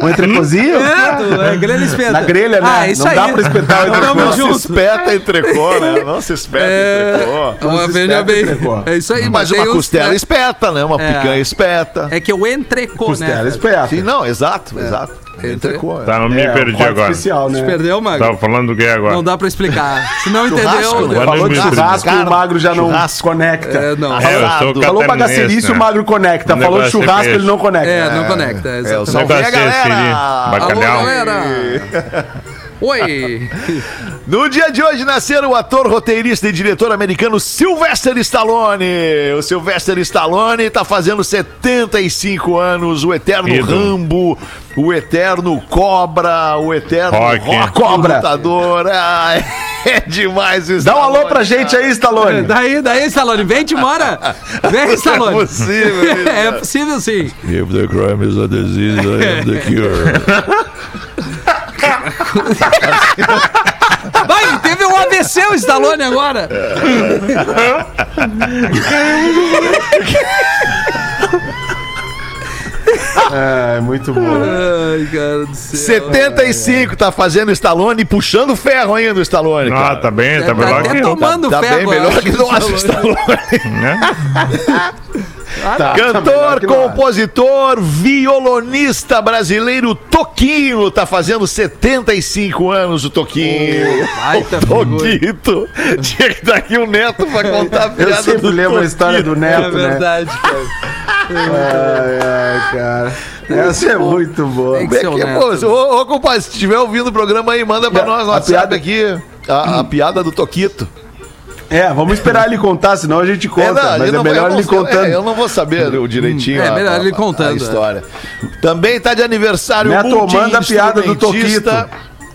Speaker 5: Um entrecozinho?
Speaker 4: É, tu, é grelha ou espeto?
Speaker 5: Na grelha, né?
Speaker 4: Ah, isso
Speaker 5: Não
Speaker 4: aí.
Speaker 5: dá pra espetar o
Speaker 4: Então
Speaker 5: entrecô.
Speaker 4: Tamo
Speaker 2: Não se
Speaker 4: junto.
Speaker 2: espeta em tricô, né? Não se espeta
Speaker 4: É.
Speaker 2: em tricô.
Speaker 4: Uma
Speaker 5: Os
Speaker 4: veja
Speaker 5: espetos
Speaker 4: bem.
Speaker 5: entrecô.
Speaker 4: É isso aí.
Speaker 2: Mas
Speaker 4: tem
Speaker 2: uma
Speaker 4: uns-
Speaker 2: costela espeta, né? Uma
Speaker 4: É.
Speaker 2: picanha espeta.
Speaker 4: É que eu entrecô,
Speaker 5: Costela
Speaker 4: né?
Speaker 5: esperta.
Speaker 2: Sim, não, exato, exato. Em tricô, é.
Speaker 3: Tá, não me
Speaker 5: É,
Speaker 3: perdi
Speaker 5: corte
Speaker 3: agora.
Speaker 5: Especial, né?
Speaker 4: Perdeu, Mago?
Speaker 3: Tava falando do que agora?
Speaker 4: Não dá pra explicar. Se não
Speaker 2: Churrasco,
Speaker 4: entendeu...
Speaker 2: né?
Speaker 3: Agora
Speaker 5: Falou de
Speaker 3: eu me
Speaker 5: churrasco,
Speaker 3: perdi.
Speaker 2: Cara,
Speaker 5: o magro já não
Speaker 2: churrasco.
Speaker 5: conecta.
Speaker 4: É, não.
Speaker 3: É, eu sou
Speaker 2: Falou
Speaker 5: Falou
Speaker 3: catarinense,
Speaker 5: bagaceirice,
Speaker 3: né?
Speaker 5: o magro conecta.
Speaker 3: O
Speaker 5: Falou de
Speaker 3: negócio é
Speaker 5: churrasco,
Speaker 3: peixe.
Speaker 5: ele não conecta.
Speaker 4: É, não conecta.
Speaker 2: É, o
Speaker 4: exatamente.
Speaker 2: salve a
Speaker 3: Negócio é esse
Speaker 2: galera!
Speaker 3: aí,
Speaker 4: Alô,
Speaker 3: Bacalhau.
Speaker 4: galera! Oi!
Speaker 2: No dia de hoje nasceram o ator, roteirista e diretor americano Sylvester Stallone. O Sylvester Stallone está fazendo 75 anos, o eterno
Speaker 3: Ídolo.
Speaker 2: Rambo, o eterno Cobra, o eterno
Speaker 3: Rock.
Speaker 5: Cobra.
Speaker 2: lutador. Ah, é demais isso.
Speaker 5: Dá um alô pra gente aí,
Speaker 4: É
Speaker 5: Stallone.
Speaker 4: Daí, daí, Stallone, vem te mora! Vem, Stallone!
Speaker 2: É possível, né? isso,
Speaker 4: É
Speaker 2: cara.
Speaker 4: possível, sim.
Speaker 1: If the crime is a disease, I am the cure.
Speaker 4: Vai, teve um AVC o Stallone agora!
Speaker 2: É.
Speaker 5: É, muito bom.
Speaker 4: Ai, cara do céu.
Speaker 2: 75 tá fazendo Stallone e puxando ferro ainda o Stallone.
Speaker 3: Ah,
Speaker 2: cara.
Speaker 3: tá bem, tá
Speaker 4: Tá
Speaker 3: melhor
Speaker 4: até
Speaker 3: que eu.
Speaker 4: tomando
Speaker 2: Tá bem
Speaker 4: ferro.
Speaker 2: melhor
Speaker 4: acho,
Speaker 2: que nosso Stallone.
Speaker 3: Né?
Speaker 5: Tá,
Speaker 2: Cantor,
Speaker 5: melhor que nós.
Speaker 2: compositor, violonista brasileiro Toquinho tá fazendo 75 anos o Toquinho.
Speaker 4: Baita figura.
Speaker 2: Toquito. Tinha que dar aqui o Neto pra contar a
Speaker 5: Eu
Speaker 2: piada
Speaker 5: sempre
Speaker 2: do
Speaker 5: lembro a
Speaker 2: Toquinho.
Speaker 5: história do
Speaker 4: É
Speaker 5: Neto, né?
Speaker 4: verdade, cara.
Speaker 5: Ai, ai, cara. Essa é muito boa.
Speaker 4: Tem
Speaker 2: Como é
Speaker 4: Seu
Speaker 2: que é,
Speaker 4: Neto.
Speaker 2: pô? Ô, ô, compadre, se estiver ouvindo o programa aí, manda pra
Speaker 5: É,
Speaker 2: nós
Speaker 5: a
Speaker 2: nós piada
Speaker 5: piada-
Speaker 2: aqui. A, a piada do Toquito.
Speaker 5: É, vamos esperar ele contar, senão a gente conta.
Speaker 2: eu
Speaker 5: mas é
Speaker 2: não- eu
Speaker 5: melhor
Speaker 2: não
Speaker 5: ele
Speaker 2: sei- é,
Speaker 5: contando.
Speaker 2: eu não vou saber o direitinho.
Speaker 4: Hum, é melhor ele
Speaker 2: a-
Speaker 4: contando,
Speaker 2: A
Speaker 4: é.
Speaker 2: história. Também tá de aniversário
Speaker 5: Neto, manda a piada do
Speaker 2: multi-instrumentista,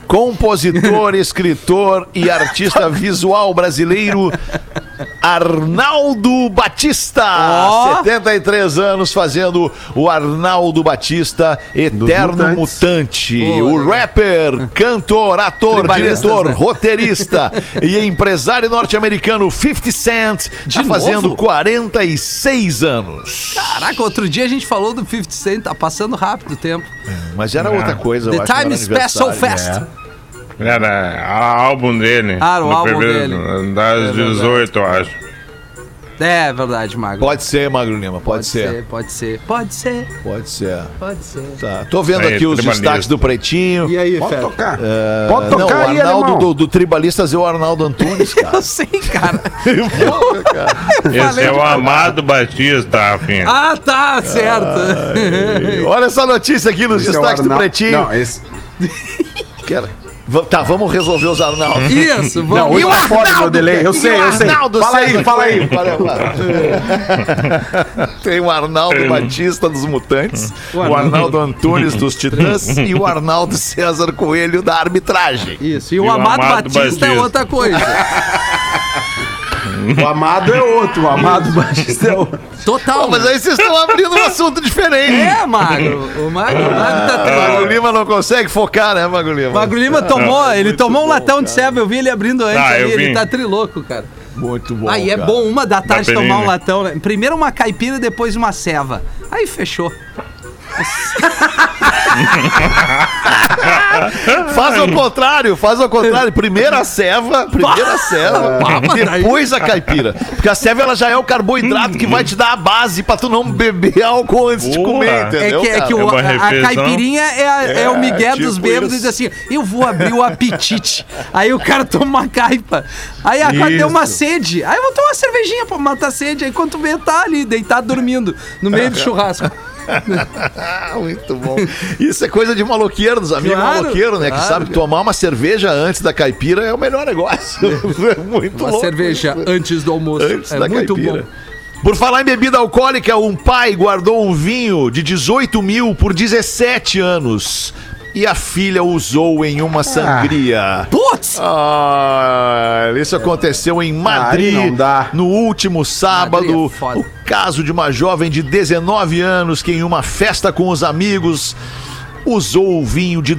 Speaker 2: Compositor, escritor e artista visual brasileiro Arnaldo Batista,
Speaker 4: Ó.
Speaker 2: 73 anos, fazendo o Arnaldo Batista, eterno
Speaker 5: mutantes.
Speaker 2: mutante.
Speaker 4: Boa,
Speaker 2: o rapper, cantor, ator,
Speaker 4: Tribalistas,
Speaker 2: diretor,
Speaker 4: né?
Speaker 2: roteirista e empresário norte-americano 50 Cent, tá
Speaker 4: novo?
Speaker 2: fazendo 46 anos.
Speaker 4: Caraca, outro dia a gente falou do 50 Cent, tá passando rápido o tempo.
Speaker 2: Mas era outra coisa, Então, eu
Speaker 4: The
Speaker 2: acho, É.
Speaker 4: time
Speaker 2: era
Speaker 4: is passed so
Speaker 2: aniversário.
Speaker 4: fast.
Speaker 3: Era a- né? álbum dele.
Speaker 4: Ah, o
Speaker 3: no
Speaker 4: álbum
Speaker 3: Das 18, eu acho.
Speaker 4: É, verdade, Magro.
Speaker 2: Pode ser, Magro Lima, pode, ser.
Speaker 4: Pode ser, pode ser,
Speaker 2: Pode ser.
Speaker 4: pode ser.
Speaker 2: Tá. Tô vendo
Speaker 3: Aí,
Speaker 2: aqui os
Speaker 3: tribalista.
Speaker 2: destaques do Pretinho.
Speaker 5: E aí,
Speaker 2: Pode
Speaker 5: Fede?
Speaker 2: tocar.
Speaker 5: Pode
Speaker 2: É, não,
Speaker 5: tocar
Speaker 2: o
Speaker 5: aí,
Speaker 2: Arnaldo
Speaker 5: alemão.
Speaker 2: do, do Tribalistas é o Arnaldo Antunes, cara.
Speaker 4: Eu sei, cara.
Speaker 3: Esse
Speaker 4: falei
Speaker 3: é
Speaker 4: de-
Speaker 3: o Amado Batista, Rafinha.
Speaker 4: Ah, tá, certo.
Speaker 2: Olha essa notícia aqui nos
Speaker 5: Esse é o
Speaker 2: destaques do
Speaker 5: Arnaldo-
Speaker 2: Pretinho.
Speaker 5: Não, esse...
Speaker 2: Quero- Va- Tá, vamos resolver os Arnaldos.
Speaker 4: Isso,
Speaker 5: não
Speaker 4: vamos.
Speaker 5: hoje tá foda o meu delay. Eu
Speaker 2: E
Speaker 5: sei,
Speaker 2: o
Speaker 5: eu sei.
Speaker 2: Arnaldo
Speaker 5: Fala
Speaker 2: César
Speaker 5: aí, fala aí.
Speaker 2: Coelho, para lá. Tem o
Speaker 4: um
Speaker 2: Arnaldo Batista dos Mutantes, o Arnaldo, Antunes dos Titãs e o Arnaldo César Coelho da arbitragem.
Speaker 4: Isso, e o Amado, Batista, é outra coisa.
Speaker 5: O amado é outro, o amado Batista é outro.
Speaker 4: Total.
Speaker 2: Não, mas aí vocês estão abrindo um assunto diferente.
Speaker 4: É, Magro. O Magro, o Magro tá
Speaker 2: O Magro
Speaker 4: tranquilo.
Speaker 2: Lima não consegue focar, né, Magro Lima?
Speaker 4: O Magro Lima tomou, ele tomou um latão de ceva, eu vi ele abrindo antes
Speaker 3: Ah,
Speaker 4: ali,
Speaker 3: eu
Speaker 4: ele
Speaker 3: vi.
Speaker 4: tá triloco, cara.
Speaker 2: Muito bom.
Speaker 4: Aí é
Speaker 2: cara.
Speaker 4: bom uma da tarde
Speaker 3: Perini.
Speaker 4: tomar um latão, né? Primeiro uma caipira, depois uma ceva. Aí fechou.
Speaker 2: Faz ao contrário, faz ao contrário. Primeiro a ceva, primeiro
Speaker 4: Ah,
Speaker 2: a ceva, depois a caipira. Porque a ceva ela já é o carboidrato
Speaker 4: Hum.
Speaker 2: que vai te dar a base pra tu não beber álcool antes de
Speaker 3: Boa.
Speaker 2: comer, entendeu?
Speaker 4: é que, é que
Speaker 2: cara?
Speaker 4: o-
Speaker 3: É uma
Speaker 4: a, a
Speaker 3: refeição.
Speaker 4: caipirinha é, a- é o migué
Speaker 2: tipo
Speaker 4: dos bêbados e diz assim: eu vou abrir o apetite. aí o cara toma uma caipa. Aí a cara deu uma sede. Aí eu vou tomar uma cervejinha pra matar a sede. Aí quando vê, tá ali, deitado dormindo, no meio do churrasco.
Speaker 2: Ah, muito bom. Isso é coisa de maloqueiro, dos amigos
Speaker 4: Claro,
Speaker 2: maloqueiros, né?
Speaker 4: claro,
Speaker 2: que sabe
Speaker 4: cara.
Speaker 2: tomar uma cerveja antes da caipira é o melhor negócio. É muito
Speaker 4: Uma
Speaker 2: louco
Speaker 4: cerveja
Speaker 2: isso.
Speaker 4: antes do almoço.
Speaker 2: Antes
Speaker 4: é
Speaker 2: da
Speaker 4: muito
Speaker 2: caipira.
Speaker 4: bom.
Speaker 2: Por falar em bebida alcoólica, um pai guardou um vinho de 18 mil por 17 anos e a filha usou em
Speaker 4: Ah.
Speaker 2: uma sangria.
Speaker 4: Putz!
Speaker 2: Ah, isso aconteceu em Madrid
Speaker 5: não dá.
Speaker 2: no último
Speaker 4: Madrid
Speaker 2: sábado.
Speaker 4: é foda.
Speaker 2: o caso de uma jovem de 19 anos que em uma festa com os amigos usou o vinho de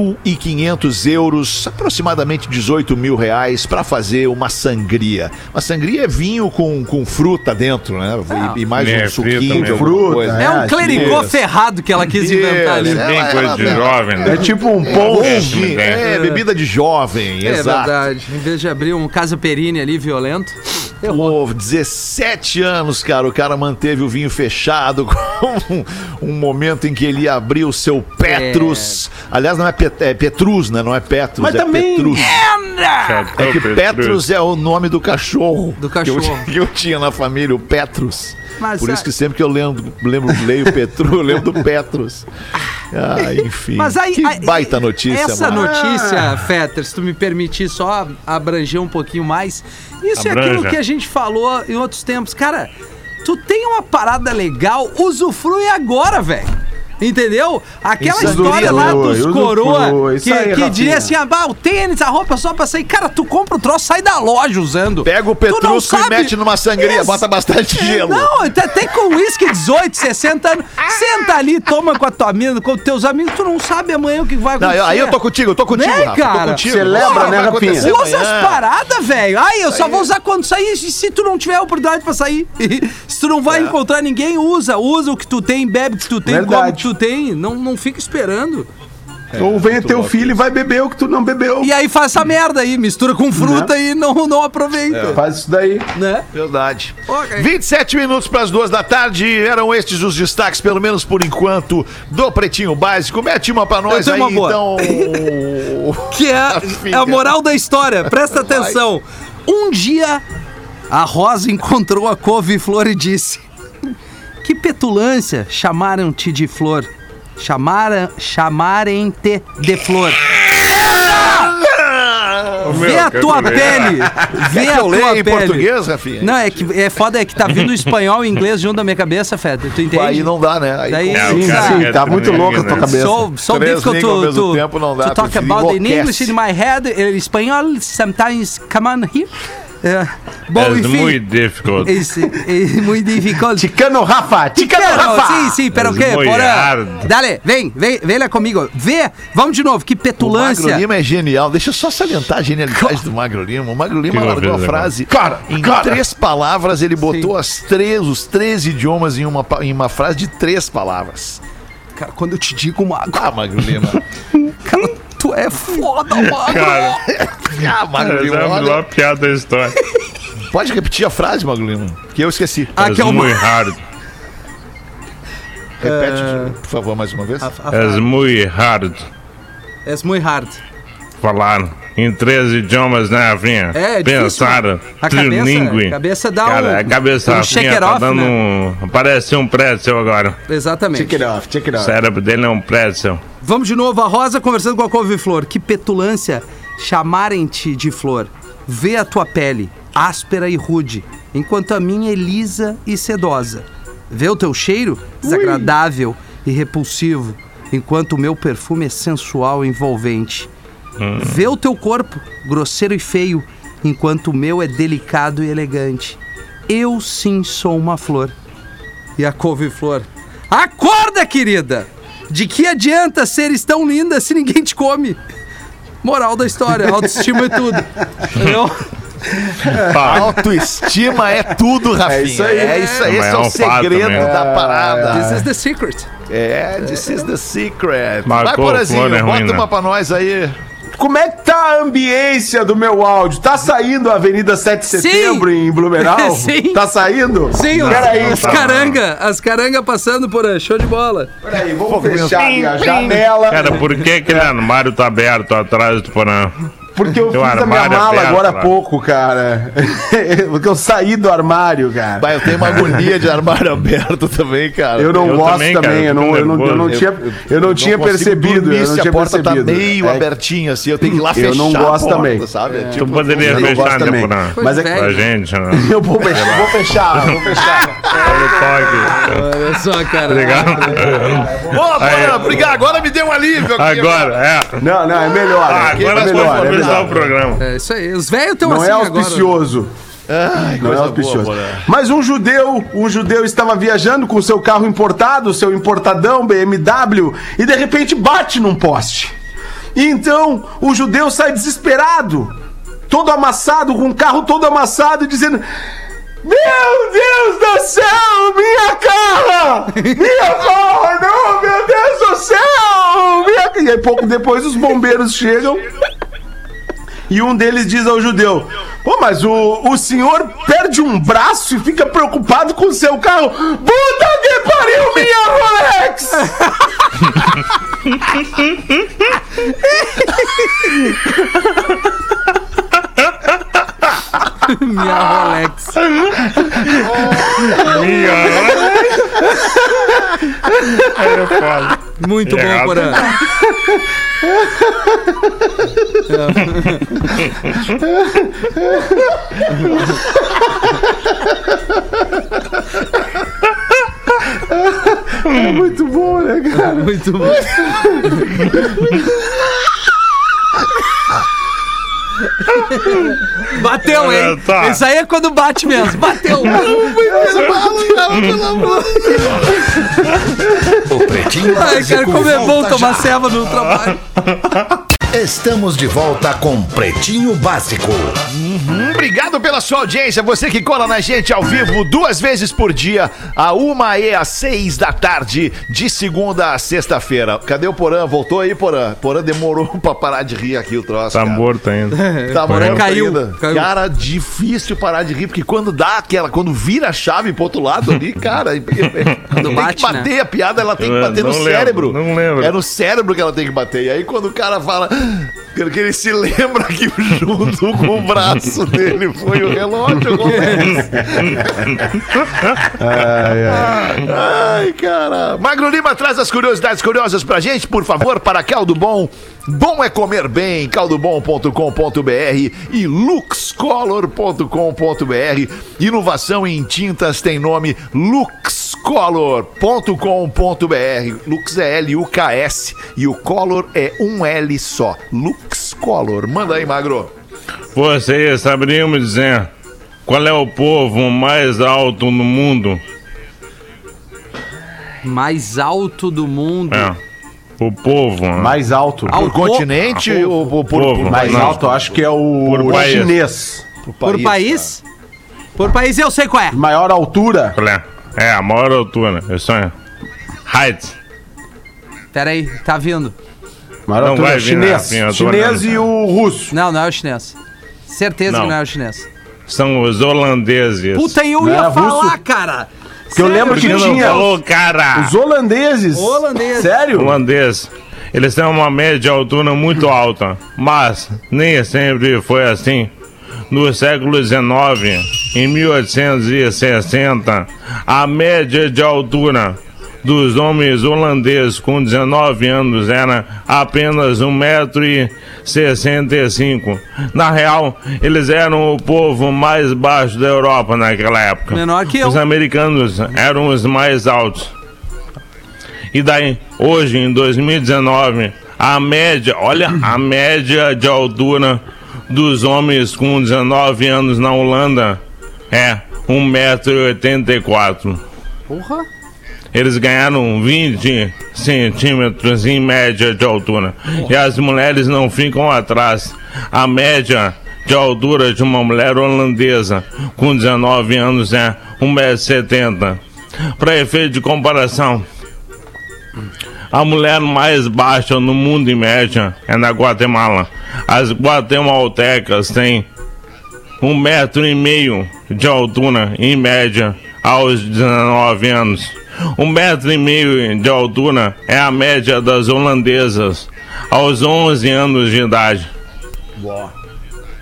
Speaker 2: 2.500 euros, aproximadamente 18 mil reais, para fazer uma sangria. Uma sangria é vinho com, com fruta dentro, né? E, e mais
Speaker 3: É,
Speaker 2: um
Speaker 3: frita
Speaker 2: suquinho de
Speaker 3: mesmo.
Speaker 2: alguma
Speaker 5: Fruta,
Speaker 2: coisa.
Speaker 4: É um
Speaker 5: Ah,
Speaker 4: clericô
Speaker 2: isso.
Speaker 4: ferrado que ela quis inventar ali.
Speaker 2: Isso,
Speaker 3: Bem
Speaker 2: ela-
Speaker 3: coisa
Speaker 2: ela-
Speaker 3: de jovem, né?
Speaker 5: É tipo um
Speaker 2: É,
Speaker 5: ponche.
Speaker 2: vinho, é, bebida de jovem,
Speaker 4: É
Speaker 2: exato.
Speaker 4: verdade. Em vez de abrir um Casa Perini ali violento.
Speaker 2: Pô, 17 anos, cara. O cara manteve o vinho fechado com um momento em que ele abriu o seu Petrus. Aliás, não é, Pet, é Petrus, né? Não é Petrus,
Speaker 5: Mas
Speaker 2: é
Speaker 5: também-
Speaker 2: Petrus. É que
Speaker 3: Chateau
Speaker 2: Petrus é o nome do cachorro.
Speaker 4: Do
Speaker 2: que eu-
Speaker 4: cachorro.
Speaker 2: Que eu, tinha na família, o Petrus.
Speaker 4: Mas
Speaker 2: Por
Speaker 4: a-
Speaker 2: isso que sempre que eu lembro, lembro leio Petrus, eu lembro do Petrus. Ah, enfim.
Speaker 4: Mas aí,
Speaker 2: que
Speaker 4: aí-
Speaker 2: baita notícia,
Speaker 4: Essa
Speaker 2: mano.
Speaker 4: notícia, Fetter, se tu me permitir só abranger um pouquinho mais, isso é
Speaker 3: Abranja.
Speaker 4: aquilo que a gente falou em outros tempos. Cara, tu tem uma parada legal, usufrui agora, velho. Entendeu? Aquela
Speaker 5: Isso,
Speaker 4: história lá
Speaker 5: usufrui,
Speaker 4: dos
Speaker 5: usufrui,
Speaker 4: coroa
Speaker 5: isso
Speaker 4: que,
Speaker 5: aí,
Speaker 4: que diria
Speaker 5: Rafinha.
Speaker 4: assim: ah, bah, o tênis, a roupa é só pra sair. Cara, tu compra o troço, sai da loja usando.
Speaker 2: Pega o
Speaker 4: Tu não
Speaker 2: Petrusco e
Speaker 4: sabe-
Speaker 2: mete numa sangria,
Speaker 4: Isso.
Speaker 2: bota bastante gelo.
Speaker 4: Não, até tem com uísque 18, 60 anos. Senta ali, toma com a tua mina, com os teus amigos, tu não sabe amanhã o que vai
Speaker 2: Não,
Speaker 4: acontecer.
Speaker 2: eu- aí eu tô contigo, eu tô contigo,
Speaker 4: Né,
Speaker 2: Rafa, eu tô
Speaker 4: cara?
Speaker 2: contigo.
Speaker 5: Celebra,
Speaker 2: Porra,
Speaker 5: né,
Speaker 2: vai
Speaker 5: Rafinha?
Speaker 2: acontecer
Speaker 4: Usa
Speaker 2: é amanhã.
Speaker 4: as paradas, velho. Ai, eu só vou usar quando sair. E se tu não tiver oportunidade pra sair, se tu não
Speaker 2: É.
Speaker 4: vai encontrar ninguém, usa. Usa o que tu tem, bebe o que tu tem,
Speaker 5: Verdade.
Speaker 4: come o que tu tem. Não, não fica esperando.
Speaker 2: É,
Speaker 5: Ou Então vem teu filho e vai beber o que tu não bebeu.
Speaker 4: E aí faz essa merda aí, mistura
Speaker 2: Né?
Speaker 4: com fruta e não, não aproveita.
Speaker 5: Faz isso daí.
Speaker 2: É.
Speaker 4: Né?
Speaker 2: Verdade.
Speaker 4: Ok.
Speaker 2: 27 minutos para as duas da tarde. Eram estes os destaques, pelo menos por enquanto, do Pretinho Básico. Mete uma para nós
Speaker 4: tenho
Speaker 2: aí,
Speaker 4: uma boa.
Speaker 2: então.
Speaker 4: que é, é a moral da história. Presta atenção. Um dia, a Rosa encontrou a couve-flor e disse: Que petulância chamaram-te de flor. Chamara, chamarem-te de flor. Vê a
Speaker 3: É
Speaker 4: tua pele! Vê a
Speaker 2: É Eu leio
Speaker 4: tua
Speaker 2: em
Speaker 4: pele!
Speaker 2: português, Rafinha.
Speaker 4: Não, é que é foda, é que tá vindo o espanhol e o inglês junto da minha cabeça, Fede. Tu entende?
Speaker 2: Aí não dá, né? Aí
Speaker 4: Daí-
Speaker 2: com-
Speaker 4: É,
Speaker 5: Sim,
Speaker 4: cara,
Speaker 5: sim,
Speaker 4: é
Speaker 5: tá muito louco a tua cabeça.
Speaker 4: So, so
Speaker 2: Três
Speaker 4: difficult
Speaker 2: línguas
Speaker 4: to,
Speaker 2: ao mesmo
Speaker 4: to,
Speaker 2: tempo não dá,
Speaker 4: to talk
Speaker 2: tu
Speaker 4: about in
Speaker 2: enlouquece.
Speaker 4: English in my head, in espanhol, sometimes come on here. É.
Speaker 3: É
Speaker 4: Bom, enfim.
Speaker 3: muito difficult.
Speaker 4: Esse, é muito difícil.
Speaker 5: Ticano Rafa, Ticano
Speaker 4: Pero,
Speaker 5: Rafa.
Speaker 4: sim, sim, pero
Speaker 3: Es
Speaker 4: que,
Speaker 3: muy
Speaker 4: porã.
Speaker 3: É hard.
Speaker 4: Dale, vem, vem, vem lá comigo. Vê, vamos de novo, que
Speaker 2: O Magro
Speaker 4: petulância.
Speaker 2: Lima é genial. Deixa eu só salientar a genialidade do Magro Lima. O Magro Lima
Speaker 3: Que
Speaker 2: largou a
Speaker 3: beleza, cara.
Speaker 2: frase.
Speaker 5: Cara,
Speaker 2: em
Speaker 5: cara.
Speaker 2: três palavras, ele botou as três, os três idiomas em uma, pa- em uma frase de três palavras.
Speaker 4: Cara, quando eu te digo, Magro,
Speaker 2: Ah, Magro Lima.
Speaker 4: cara, tu é foda, Magro.
Speaker 3: Cara,
Speaker 2: ah, Magro
Speaker 3: essa é
Speaker 2: Lima.
Speaker 3: a
Speaker 2: olha.
Speaker 3: melhor piada da história.
Speaker 2: Pode repetir a frase, Magro Lima, que eu esqueci.
Speaker 4: Ah, que
Speaker 3: É
Speaker 4: é uma-
Speaker 3: muito hard.
Speaker 2: Repete, por favor, mais uma vez.
Speaker 3: É muito hard
Speaker 4: É muito hard.
Speaker 3: falar em três idiomas, né, Rafinha?
Speaker 4: É, é difícil,
Speaker 3: Pensaram,
Speaker 4: A cabeça-
Speaker 3: trilingue.
Speaker 4: a cabeça dá
Speaker 3: Cara,
Speaker 4: um-
Speaker 3: a cabeça,
Speaker 4: um
Speaker 3: Rafinha,
Speaker 4: shaker
Speaker 3: tá
Speaker 4: off,
Speaker 3: dando
Speaker 4: né?
Speaker 3: um... Parece um pretzel agora.
Speaker 5: Check
Speaker 4: Exatamente.
Speaker 5: it off, check it
Speaker 3: O
Speaker 5: off.
Speaker 3: cérebro dele é um pretzel.
Speaker 4: Vamos de novo, a Rosa conversando com a couve-flor. Que petulância chamarem-te de flor. Vê a tua pele, áspera e rude, enquanto a minha é lisa e sedosa. Vê o teu cheiro, desagradável e repulsivo, enquanto o meu perfume é sensual e envolvente. Vê o teu corpo, grosseiro e feio, enquanto o meu é delicado e elegante. Eu sim sou uma flor. E a couve-flor. Acorda, querida! De que adianta seres tão linda se ninguém te come? Moral da história, autoestima é tudo. Entendeu?
Speaker 2: Autoestima é tudo, Rafinha. É
Speaker 5: isso aí.
Speaker 2: isso aí,
Speaker 3: Mas
Speaker 2: esse é
Speaker 3: é
Speaker 2: o
Speaker 3: um fato
Speaker 2: segredo
Speaker 3: mesmo.
Speaker 2: da
Speaker 4: This
Speaker 2: parada.
Speaker 4: is the secret.
Speaker 2: É, this is the secret. Vai,
Speaker 3: Marcou,
Speaker 2: Porazinho,
Speaker 3: flor é ruim,
Speaker 2: bota
Speaker 3: né?
Speaker 2: uma pra nós aí.
Speaker 5: Como é que tá a ambiência do meu áudio? Tá saindo a Avenida 7 de
Speaker 4: Sim.
Speaker 5: Setembro em Blumenau?
Speaker 4: Sim.
Speaker 5: Tá saindo?
Speaker 4: Sim, os,
Speaker 5: Peraí,
Speaker 4: os
Speaker 5: tá-
Speaker 4: caranga, as caranga passando por aí, show de bola.
Speaker 5: Peraí, vamos fechar a minha janela.
Speaker 3: Cara, por que aquele armário tá aberto atrás do porão?
Speaker 5: Porque eu
Speaker 3: Teu
Speaker 5: fiz a minha
Speaker 3: armário
Speaker 5: mala
Speaker 3: aberto,
Speaker 5: agora há
Speaker 3: lá.
Speaker 5: pouco, cara. Porque eu saí do armário, cara.
Speaker 2: Vai, eu tenho uma agonia de armário aberto também, cara.
Speaker 5: Eu não
Speaker 3: Eu
Speaker 5: gosto também,
Speaker 3: também, cara,
Speaker 5: eu, não,
Speaker 3: tô
Speaker 5: eu, não, eu não
Speaker 3: nervoso.
Speaker 5: tinha, eu não tinha
Speaker 2: consigo
Speaker 5: percebido.
Speaker 2: dormir
Speaker 5: Eu não
Speaker 2: se
Speaker 5: tinha
Speaker 2: a porta
Speaker 5: percebido.
Speaker 2: tá meio
Speaker 5: É,
Speaker 2: abertinha, assim, eu tenho que ir lá fechar
Speaker 5: Eu não gosto
Speaker 2: a porta,
Speaker 5: também.
Speaker 2: sabe? É,
Speaker 3: Tu poderia
Speaker 5: eu não gosto
Speaker 3: fechar, né,
Speaker 5: também.
Speaker 3: porão?
Speaker 4: Pois
Speaker 5: Mas é
Speaker 4: velho.
Speaker 3: Pra gente, né?
Speaker 5: Eu vou fechar, vou fechar, vou fechar.
Speaker 3: Olha o toque. tá
Speaker 4: Olha só, cara.
Speaker 3: Obrigado.
Speaker 2: Ô, Porã, obrigado, agora me deu um alívio aqui.
Speaker 3: Agora, é.
Speaker 5: Não, não, é melhor. é
Speaker 3: Ah, Agora
Speaker 5: melhor,
Speaker 3: pode
Speaker 5: é
Speaker 3: começar o
Speaker 5: melhor.
Speaker 3: programa.
Speaker 4: É isso aí, os velhos estão
Speaker 5: Não
Speaker 4: assim
Speaker 5: é
Speaker 4: agora.
Speaker 5: auspicioso.
Speaker 2: Então, Ai,
Speaker 5: Não é
Speaker 2: coisa
Speaker 5: auspicioso.
Speaker 2: boa, né? Porã.
Speaker 5: Mas um judeu, um judeu estava viajando com seu carro importado, seu importadão BMW, e de repente bate num poste. E então o judeu sai desesperado, todo amassado, com o carro todo amassado, e dizendo: Meu Deus do céu, minha carra! Minha carra, não, meu Deus do céu! Minha... ca-" E aí, pouco depois os bombeiros chegam. E um deles diz ao judeu: Pô, mas o, o senhor perde um braço e fica preocupado com o seu carro. Puta que pariu, minha Rolex!
Speaker 4: Minha Rolex.
Speaker 3: Minha É foda.
Speaker 4: Muito
Speaker 5: É
Speaker 4: bom,
Speaker 3: Errado.
Speaker 4: Porã.
Speaker 5: Muito bom, né, cara?
Speaker 4: Muito bom. Bateu, hein?
Speaker 3: É, tá.
Speaker 4: Isso aí é quando bate mesmo. Bateu. Ai, cara, como é bom tomar ceva no trabalho.
Speaker 6: Estamos de volta com Pretinho Básico.
Speaker 2: Uhum, Obrigado pela sua audiência, você que cola na gente ao vivo duas vezes por dia, a uma e às seis da tarde, de segunda a sexta-feira. Cadê o Porã? Voltou aí, Porã? Porã demorou pra parar de rir aqui o troço.
Speaker 3: Tá
Speaker 2: cara.
Speaker 3: morto ainda.
Speaker 2: Tá
Speaker 3: Porã
Speaker 2: morando
Speaker 4: caiu,
Speaker 2: ainda.
Speaker 4: caiu.
Speaker 2: Cara, difícil parar de rir, porque quando dá aquela, quando vira a chave pro outro lado ali, cara, quando tem
Speaker 4: bate,
Speaker 2: que bater a piada, ela tem que
Speaker 3: né? Eu
Speaker 2: bater no
Speaker 3: não lembro,
Speaker 2: cérebro.
Speaker 3: não lembro.
Speaker 2: É no cérebro que ela tem que bater. E aí quando o cara fala, que ele se lembra que junto com o braço dele foi o relógio. Começa. Ai, cara. Magro Lima traz as curiosidades curiosas pra gente, por favor, para Caldo Bom. Bom é comer bem, caldobom.com.br e luxcolor.com.br. Inovação em tintas tem nome luxcolor.com.br. Lux é L-U-K-S e o Color é um L só. Luxcolor. Manda aí, Magro.
Speaker 3: Vocês saberiam me dizer Qual é o povo mais alto no mundo?
Speaker 4: Mais alto do mundo.
Speaker 3: É. O povo. né?
Speaker 5: Mais alto.
Speaker 4: Alto.
Speaker 2: Por continente ou por, por,
Speaker 3: Povo.
Speaker 2: por
Speaker 5: Mais
Speaker 3: Não.
Speaker 5: alto, acho que é o,
Speaker 3: Por
Speaker 5: o
Speaker 3: país.
Speaker 5: chinês.
Speaker 4: Por país? Por país eu sei qual é.
Speaker 5: Maior altura.
Speaker 3: Qual é? É, a maior altura. É Eu sonho. Height.
Speaker 4: Pera aí, tá vindo.
Speaker 5: Maior
Speaker 3: Não
Speaker 5: altura
Speaker 3: vai
Speaker 5: é
Speaker 3: vir, né,
Speaker 5: chinês.
Speaker 3: Rafinha? Eu tô
Speaker 5: Chinês
Speaker 3: olhando.
Speaker 5: e o russo.
Speaker 4: Não, não é o chinês. Certeza
Speaker 3: Não.
Speaker 4: que não é o chinês.
Speaker 3: São os holandeses.
Speaker 4: Puta, eu
Speaker 5: Não
Speaker 4: ia
Speaker 5: era
Speaker 4: falar,
Speaker 5: russo?
Speaker 4: cara.
Speaker 5: Que eu lembro
Speaker 3: Porque
Speaker 5: que
Speaker 3: não
Speaker 5: tinha.
Speaker 3: falou, cara.
Speaker 5: Os Ah. holandeses.
Speaker 4: Holandeses.
Speaker 5: Sério?
Speaker 3: holandês. Eles têm uma média de altura muito alta, mas nem sempre foi assim. No século XIX, em 1860, a média de altura dos homens holandeses com 19 anos era apenas 1,65m. Na real, eles eram o povo mais baixo da Europa naquela época.
Speaker 4: Menor que eu.
Speaker 3: Os americanos eram os mais altos. E daí, hoje, em 2019, a média, olha a média de altura dos homens com 19 anos na Holanda é 1,84m.
Speaker 4: Porra.
Speaker 3: Eles ganharam 20 centímetros em média de altura. E as mulheres não ficam atrás. A média de altura de uma mulher holandesa com 19 anos é 1,70m. Para efeito de comparação, a mulher mais baixa no mundo em média é na Guatemala. As guatemaltecas têm um metro e meio de altura, em média, aos 19 anos. Um metro e meio de altura é a média das holandesas, aos 11 anos de idade.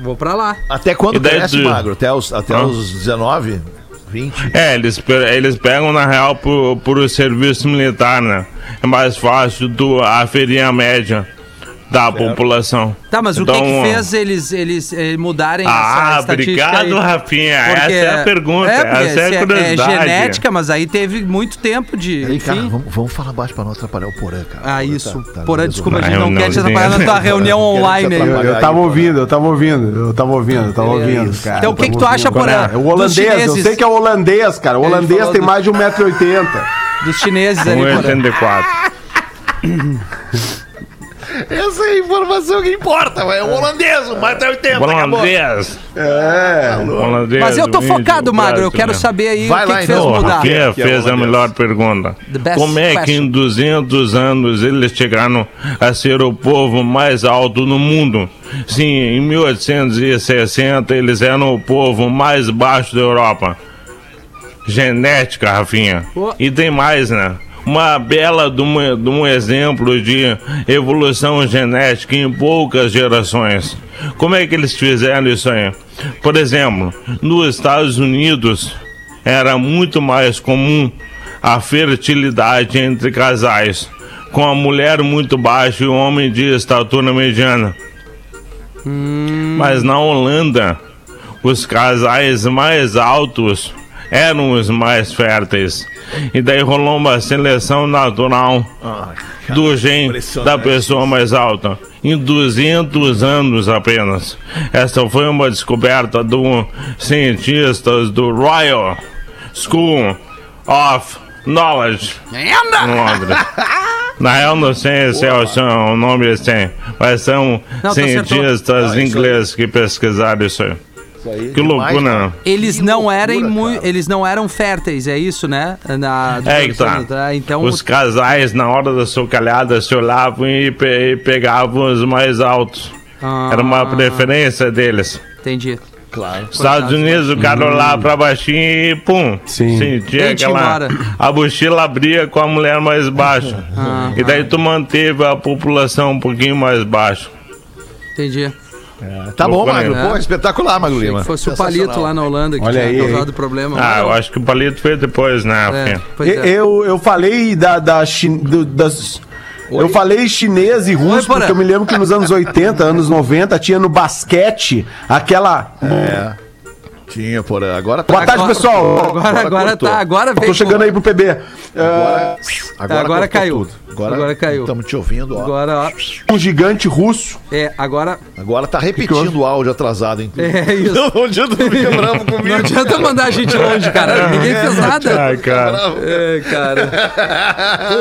Speaker 4: Vou pra lá.
Speaker 2: Até quando
Speaker 3: E daí
Speaker 2: cresce,
Speaker 3: tu-
Speaker 2: magro? Até os, até
Speaker 3: Hã?
Speaker 2: os 19? 20?
Speaker 3: É, eles, pe- eles pegam na real por, por o serviço militar, né? É mais fácil tu aferir a média da população.
Speaker 4: Tá, mas o que
Speaker 3: Então,
Speaker 4: que fez eles, eles, eh, mudarem
Speaker 3: Ah,
Speaker 4: essa estatística
Speaker 3: obrigado,
Speaker 4: aí?
Speaker 3: Rafinha.
Speaker 4: Porque-
Speaker 3: Essa é a pergunta,
Speaker 4: porque
Speaker 3: essa
Speaker 4: se
Speaker 3: é a curiosidade.
Speaker 4: É genética, mas aí teve muito tempo de.
Speaker 6: Ei, cara,
Speaker 4: enfim.
Speaker 6: vamos, vamos falar baixo pra não atrapalhar o Porã, cara.
Speaker 4: Ah,
Speaker 6: O Porã
Speaker 4: isso.
Speaker 6: tá- tá
Speaker 4: Porã,
Speaker 6: resolvendo.
Speaker 4: desculpa, a
Speaker 3: Na
Speaker 4: gente não quer te
Speaker 3: reuniãozinha.
Speaker 4: atrapalhar na tua reunião
Speaker 6: Não quero te
Speaker 4: online aí.
Speaker 5: Eu, eu
Speaker 6: Aí,
Speaker 5: tava
Speaker 6: Porã.
Speaker 5: ouvindo, eu tava ouvindo, eu tava ouvindo, eu tava ouvindo, cara.
Speaker 4: Então, o que que tu acha, Porã?
Speaker 5: É o
Speaker 4: Dos
Speaker 5: holandês, eu
Speaker 4: chineses.
Speaker 5: sei que é o holandês, cara. O
Speaker 4: Ele
Speaker 5: holandês
Speaker 4: falou
Speaker 5: tem
Speaker 4: do-
Speaker 5: mais de 1,80m.
Speaker 4: Dos chineses ali, Porã.
Speaker 3: 1,84.
Speaker 2: Essa é a informação que importa, é o holandês, o Mata 80.
Speaker 3: Holandês.
Speaker 5: É.
Speaker 3: Holandês,
Speaker 4: Mas eu tô
Speaker 3: índio, né?
Speaker 4: focado, Magro. Eu quero
Speaker 3: brasileiro.
Speaker 4: saber aí
Speaker 2: Vai
Speaker 4: o que,
Speaker 2: lá,
Speaker 4: que fez
Speaker 2: então,
Speaker 4: mudar.
Speaker 3: Porque
Speaker 2: Que é
Speaker 3: fez a
Speaker 2: holandês.
Speaker 3: melhor pergunta.
Speaker 4: The best
Speaker 3: Como é que
Speaker 4: question.
Speaker 3: em 200 anos eles chegaram a ser o povo mais alto no mundo? Sim, em 1860 eles eram o povo mais baixo da Europa. Genética, Rafinha.
Speaker 4: Oh.
Speaker 3: E tem mais, né? Uma bela de um, de um exemplo de evolução genética em poucas gerações. Como é que eles fizeram isso aí? Por exemplo, nos Estados Unidos era muito mais comum a fertilidade entre casais, com a mulher muito baixa e o homem de estatura mediana. Mas na Holanda, os casais mais altos eram os mais férteis. E daí rolou uma seleção natural do gene da pessoa mais alta. Em 200 anos apenas. Essa foi uma descoberta dos cientistas do Royal School of Knowledge em Londres. Na real, não sei se é o, seu- o nome assim, mas são
Speaker 4: Não, tu acertou.
Speaker 3: cientistas ingleses que pesquisaram isso aí. que
Speaker 4: é
Speaker 3: loucura, né?
Speaker 4: Eles
Speaker 2: Que
Speaker 4: não
Speaker 2: loucura,
Speaker 4: eram muito,
Speaker 2: cara.
Speaker 4: eles não eram férteis, é isso, né? Na
Speaker 3: É que tá.
Speaker 4: Então,
Speaker 3: Os casais, na hora da socalhada, se olhavam e, pe- e pegavam os mais altos.
Speaker 4: Ah.
Speaker 3: Era uma preferência deles.
Speaker 4: entendi.
Speaker 3: Nos Estados Unidos, o cara olhava pra baixinho e pum.
Speaker 5: Uhum. Sim.
Speaker 3: Sentia
Speaker 4: Bem
Speaker 3: aquela.
Speaker 4: timora.
Speaker 3: A mochila abria com a mulher mais baixa.
Speaker 4: Ah.
Speaker 3: e daí tu manteve a população um pouquinho mais baixa.
Speaker 4: Entendi.
Speaker 2: Tá bom,
Speaker 3: Loucura,
Speaker 2: Magro.
Speaker 4: né?
Speaker 2: Pô, espetacular, Magro
Speaker 4: Achei que
Speaker 2: Lima.
Speaker 4: fosse o palito lá na Holanda que
Speaker 5: Olha
Speaker 4: tinha
Speaker 5: aí,
Speaker 4: causado
Speaker 5: hein?
Speaker 4: problema.
Speaker 3: Ah, eu acho que o palito foi depois, né?
Speaker 4: Uhum. É,
Speaker 3: Rafinha?
Speaker 4: pois
Speaker 5: Eu,
Speaker 4: é.
Speaker 5: eu, eu falei da, da, chi- do- das. Eu falei chinês e russo,
Speaker 4: Porã.
Speaker 5: porque eu me lembro que nos anos 80, anos 90, tinha no basquete aquela.
Speaker 2: É. Tinha, porra. Agora tá.
Speaker 5: Boa tarde, pessoal.
Speaker 4: Agora, agora
Speaker 2: cortou.
Speaker 4: tá, agora
Speaker 5: Tô
Speaker 4: veio.
Speaker 5: chegando aí pro PB. ah,
Speaker 4: Tá, agora
Speaker 2: cortou
Speaker 4: caiu.
Speaker 2: tudo.
Speaker 4: Agora caiu.
Speaker 2: Estamos te ouvindo, ó. Agora,
Speaker 4: Agora, ó.
Speaker 5: um gigante russo.
Speaker 4: É, agora.
Speaker 2: tá repetindo o áudio atrasado, inclusive.
Speaker 4: É isso.
Speaker 2: Não, um não adianta tu ficar bravo comigo.
Speaker 4: Não É. adianta mandar a gente longe, cara. Ninguém fez nada.
Speaker 3: Ai, cara.
Speaker 4: É, cara.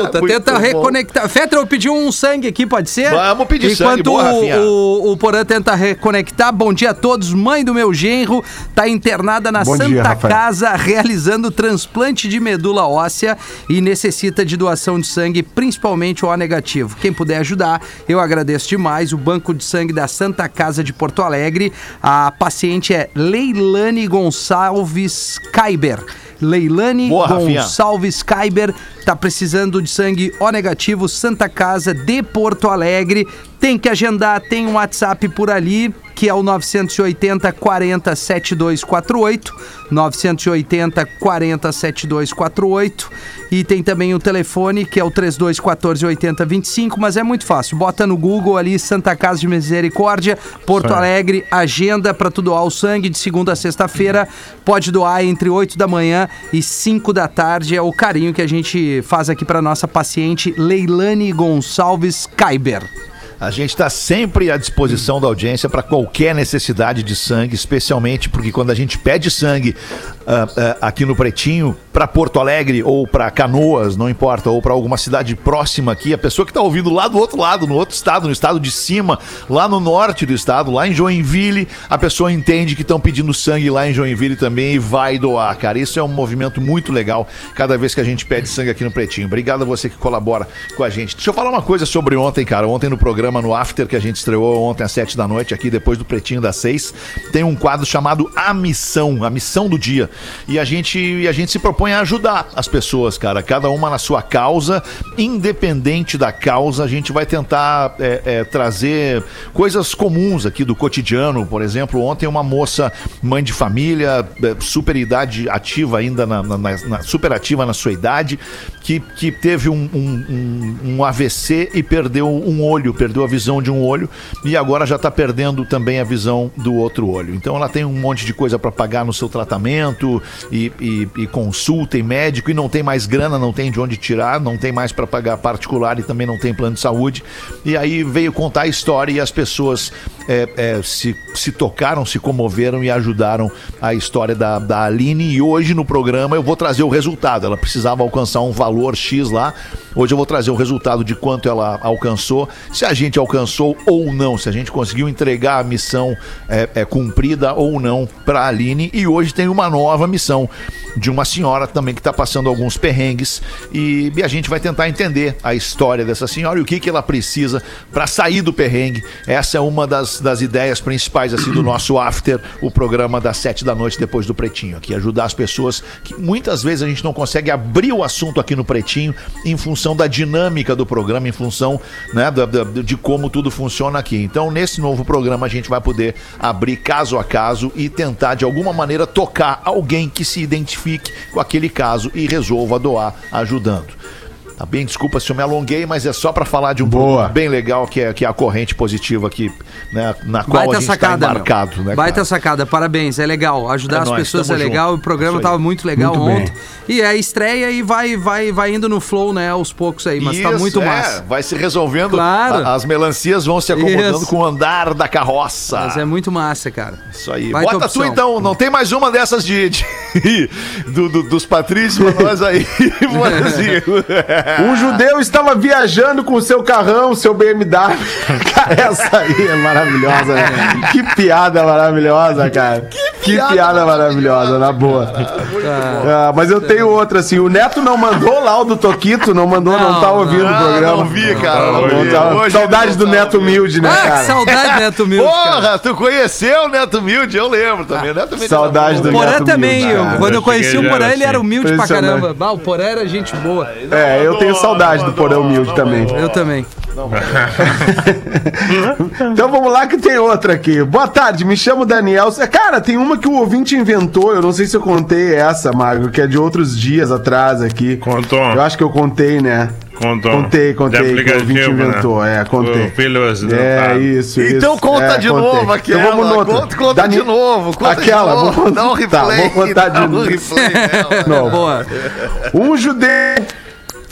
Speaker 4: Puta,
Speaker 2: Muito
Speaker 4: tenta
Speaker 2: bom.
Speaker 4: reconectar. Fetra, eu pedi um sangue aqui, pode ser?
Speaker 2: Vamos pedir sangue,
Speaker 4: Enquanto
Speaker 2: boa, Rafinha.
Speaker 4: o, o, o Porã tenta reconectar, bom dia a todos. Mãe do meu genro tá internada na
Speaker 5: Bom
Speaker 4: Santa
Speaker 5: dia, Rafael.
Speaker 4: Casa realizando transplante de medula óssea e necessita de doação de sangue, principalmente o A negativo. Quem puder ajudar, eu agradeço demais. O Banco de Sangue da Santa Casa de Porto Alegre. A paciente é Leilane Gonçalves Kaiber. Leilane
Speaker 2: Boa, Rafinha.
Speaker 4: Gonçalves. Salves Kyber, tá precisando de sangue O negativo, Santa Casa de Porto Alegre. Tem que agendar, tem um WhatsApp por ali, que é o 980 40 7248. 980 40 7248. E tem também o telefone, que é o 3214 8025, mas é muito fácil. Bota no Google ali Santa Casa de Misericórdia, Porto Alegre, agenda para tu doar o sangue de segunda a sexta-feira. Pode doar entre 8 da manhã e 5 da tarde. É o carinho que a gente faz aqui para nossa paciente Leilane Gonçalves Kaiber.
Speaker 2: A gente está sempre à disposição da audiência para qualquer necessidade de sangue, especialmente porque quando a gente pede sangue ah, ah, aqui no Pretinho, para Porto Alegre ou para Canoas, não importa, ou para alguma cidade próxima aqui, a pessoa que está ouvindo lá do outro lado, no outro estado, no estado de cima, lá no norte do estado, lá em Joinville, a pessoa entende que estão pedindo sangue lá em Joinville também e vai doar, cara. Isso é um movimento muito legal cada vez que a gente pede sangue aqui no Pretinho. Obrigado a você que colabora com a gente. Deixa eu falar uma coisa sobre ontem, cara. Ontem no programa, no After, que a gente estreou ontem às sete da noite, aqui depois do Pretinho das seis, tem um quadro chamado A Missão, a Missão do Dia. E a gente, e a gente se propõe a ajudar as pessoas, cara. Cada uma na sua causa, independente da causa, a gente vai tentar é, é, trazer coisas comuns aqui do cotidiano. Por exemplo, ontem uma moça, mãe de família, é, super idade ativa ainda, na, na- na- na- super ativa na sua idade, que, que teve um, um- um- um AVC e perdeu um olho, perdeu a visão de um olho e agora já está perdendo também a visão do outro olho. Então ela tem um monte de coisa para pagar no seu tratamento e, e- e consulta e médico e não tem mais grana, não tem de onde tirar, não tem mais para pagar particular e também não tem plano de saúde. E aí veio contar a história e as pessoas é, é, se, se tocaram, se comoveram e ajudaram a história da, da Aline. E hoje no programa eu vou trazer o resultado. Ela precisava alcançar um valor X lá. Hoje eu vou trazer o resultado de quanto ela alcançou, se a gente alcançou ou não, se a gente conseguiu entregar a missão é, é, cumprida ou não para a Aline. E hoje tem uma nova missão de uma senhora também que está passando alguns perrengues e, e a gente vai tentar entender a história dessa senhora e o que, que ela precisa para sair do perrengue. Essa é uma das, das ideias principais assim do nosso After, o programa das sete da noite depois do Pretinho, aqui ajudar as pessoas que muitas vezes a gente não consegue abrir o assunto aqui no Pretinho em função da dinâmica do programa, em função né, da- da- de como tudo funciona aqui. Então, nesse novo programa a gente vai poder abrir caso a caso e tentar de alguma maneira tocar alguém que se identifique com aquele caso e resolva doar ajudando. Tá bem, desculpa se eu me alonguei, mas é só pra falar de um
Speaker 5: Boa.
Speaker 2: produto bem legal que é, que é a corrente positiva aqui, né, na qual
Speaker 4: Baita
Speaker 2: a gente
Speaker 4: sacada,
Speaker 2: tá
Speaker 4: meu.
Speaker 2: embarcado, né?
Speaker 4: Baita
Speaker 2: cara?
Speaker 4: sacada, parabéns, é legal. Ajudar
Speaker 2: É
Speaker 4: as
Speaker 2: nóis,
Speaker 4: pessoas é
Speaker 2: tamo
Speaker 4: legal,
Speaker 2: junto.
Speaker 4: o programa
Speaker 2: Isso aí.
Speaker 4: tava muito legal
Speaker 5: Muito bem.
Speaker 4: ontem. E é a estreia e vai, vai, vai indo no flow, né, aos poucos aí, mas tá
Speaker 2: Isso,
Speaker 4: muito
Speaker 2: é,
Speaker 4: massa.
Speaker 2: Vai se resolvendo.
Speaker 4: Claro.
Speaker 2: a- as melancias vão se acomodando
Speaker 4: Isso.
Speaker 2: com o andar da carroça.
Speaker 4: Mas é muito massa, cara.
Speaker 2: Isso aí.
Speaker 4: Baita
Speaker 2: Bota
Speaker 4: opção.
Speaker 2: tu então, não tem mais uma dessas de, de- do- do- dos Patrícios pra nós aí, Brasil.
Speaker 5: Um judeu estava viajando com o seu carrão, seu BMW. Cara, essa aí é maravilhosa, né? Que piada maravilhosa, cara. Que piada, maravilhosa, na boa. Ah, mas eu tenho outra, assim. O Neto não mandou lá o do Toquito, não mandou, não,
Speaker 4: Não,
Speaker 5: tá ouvindo
Speaker 2: Ah,
Speaker 5: o programa.
Speaker 2: Não vi, cara.
Speaker 5: Não,
Speaker 2: não vi.
Speaker 5: tá-
Speaker 2: Hoje
Speaker 5: Saudade
Speaker 2: não
Speaker 5: do
Speaker 2: tá
Speaker 5: Neto
Speaker 2: ouvindo.
Speaker 5: Humilde, né,
Speaker 4: Ah,
Speaker 5: cara?
Speaker 4: que saudade, Neto Mills, cara.
Speaker 2: Porra, tu conheceu o Neto Humilde? Eu lembro também. Neto Humilde era
Speaker 5: Saudade
Speaker 2: bom.
Speaker 5: do
Speaker 4: O
Speaker 5: Neto
Speaker 4: Porã
Speaker 5: Humilde,
Speaker 4: também, eu-
Speaker 5: cara.
Speaker 4: quando eu
Speaker 3: Eu cheguei,
Speaker 4: conheci o
Speaker 3: já
Speaker 4: Porã,
Speaker 3: era
Speaker 4: ele era
Speaker 3: assim.
Speaker 4: humilde pra
Speaker 5: Impressionante.
Speaker 4: caramba. Bah, o Porã era gente boa.
Speaker 5: É, eu tenho saudade do Porão Humilde também.
Speaker 4: Eu também.
Speaker 5: Então vamos lá que tem outra aqui. Boa tarde, me chamo Daniel. Cara, tem uma que o ouvinte inventou, eu não sei se eu contei essa, Magro, que é de outros dias atrás aqui.
Speaker 3: Contou.
Speaker 5: Eu acho que eu contei, né?
Speaker 3: Contou.
Speaker 5: Contei,
Speaker 3: De
Speaker 5: contei, que o
Speaker 3: aplicativo,
Speaker 5: ouvinte
Speaker 3: né?
Speaker 5: inventou, é, contei.
Speaker 3: O filho
Speaker 5: É,
Speaker 3: acidentado.
Speaker 5: isso, isso.
Speaker 2: Então conta
Speaker 5: É,
Speaker 2: de
Speaker 5: contei.
Speaker 2: novo aquela.
Speaker 5: Então vamos noutra.
Speaker 2: conta conta
Speaker 5: Dani-
Speaker 2: de novo. Conta
Speaker 5: aquela,
Speaker 2: de novo.
Speaker 5: vou-
Speaker 2: Dá um
Speaker 5: Tá,
Speaker 2: replay.
Speaker 5: vou
Speaker 2: dá
Speaker 5: contar de
Speaker 2: um
Speaker 5: novo.
Speaker 2: replay dela.
Speaker 5: Não.
Speaker 4: Boa.
Speaker 5: Um judeu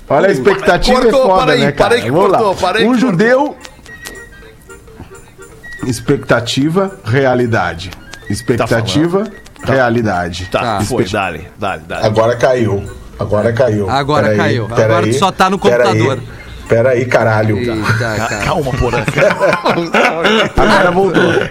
Speaker 5: Olha a expectativa
Speaker 2: Cortou,
Speaker 5: é foda,
Speaker 2: para aí,
Speaker 5: né, cara?
Speaker 2: para aí que
Speaker 5: Vamos lá.
Speaker 2: cortou, para aí
Speaker 5: um
Speaker 2: que
Speaker 5: judeu... Expectativa, realidade. Expectativa, realidade.
Speaker 2: Tá,
Speaker 4: Tá.
Speaker 2: foi, dale, dale, dale.
Speaker 7: Agora caiu. Agora caiu.
Speaker 4: Agora
Speaker 7: Peraí,
Speaker 4: caiu.
Speaker 7: peraí,
Speaker 4: Agora tu só tá no
Speaker 7: peraí.
Speaker 4: computador.
Speaker 7: Peraí, caralho.
Speaker 4: Eita, cara.
Speaker 2: Calma, porra.
Speaker 5: Agora voltou.
Speaker 2: tu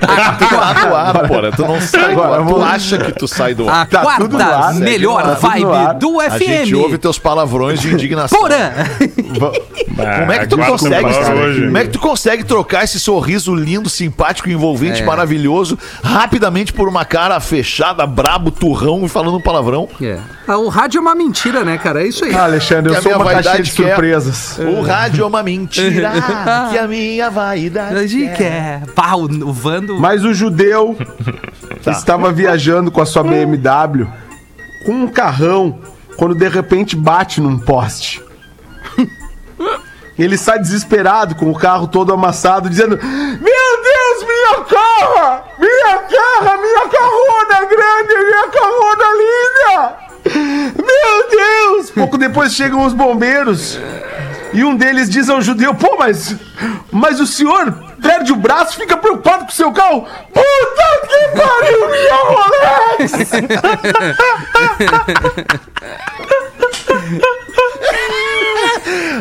Speaker 2: tá no ar, porra. Tu não sai do
Speaker 5: Agora
Speaker 2: ar. Tu
Speaker 5: vou-
Speaker 2: acha que tu sai do
Speaker 4: A
Speaker 2: ar.
Speaker 5: Tá tudo no
Speaker 4: quarta
Speaker 5: ar, segue
Speaker 4: melhor
Speaker 5: no ar, tudo no
Speaker 4: vibe
Speaker 5: ar.
Speaker 4: do
Speaker 2: A gente ouve
Speaker 4: FM.
Speaker 2: teus palavrões de indignação.
Speaker 4: é Porã!
Speaker 2: Como é que tu
Speaker 3: Quatro
Speaker 2: consegue,
Speaker 3: palavras
Speaker 2: cara?
Speaker 3: hoje.
Speaker 2: Como é que tu consegue trocar esse sorriso lindo, simpático, envolvente,
Speaker 4: É.
Speaker 2: maravilhoso, rapidamente por uma cara fechada, brabo, turrão e falando um palavrão?
Speaker 4: Ah, O rádio é uma mentira, né, cara? É isso aí.
Speaker 5: Ah, Alexandre,
Speaker 2: Que é a
Speaker 5: eu sou
Speaker 2: minha
Speaker 5: uma caixinha
Speaker 2: vaidade
Speaker 5: de
Speaker 2: quer.
Speaker 5: surpresas.
Speaker 2: O rádio é uma mentira que a minha vaidade
Speaker 4: Hoje que é. Pá, o, o Vando.
Speaker 5: Mas o judeu estava viajando com a sua BMW com um carrão quando de repente bate num poste. Ele sai desesperado com o carro todo amassado, dizendo: Meu Deus, minha carra! Minha carra, minha carrona grande, minha carrona linda! Meu Deus! Pouco depois chegam os bombeiros. E um deles diz ao judeu: Pô, mas. Mas o senhor perde o braço, fica preocupado com o seu carro. Puta que pariu, minha Rolex!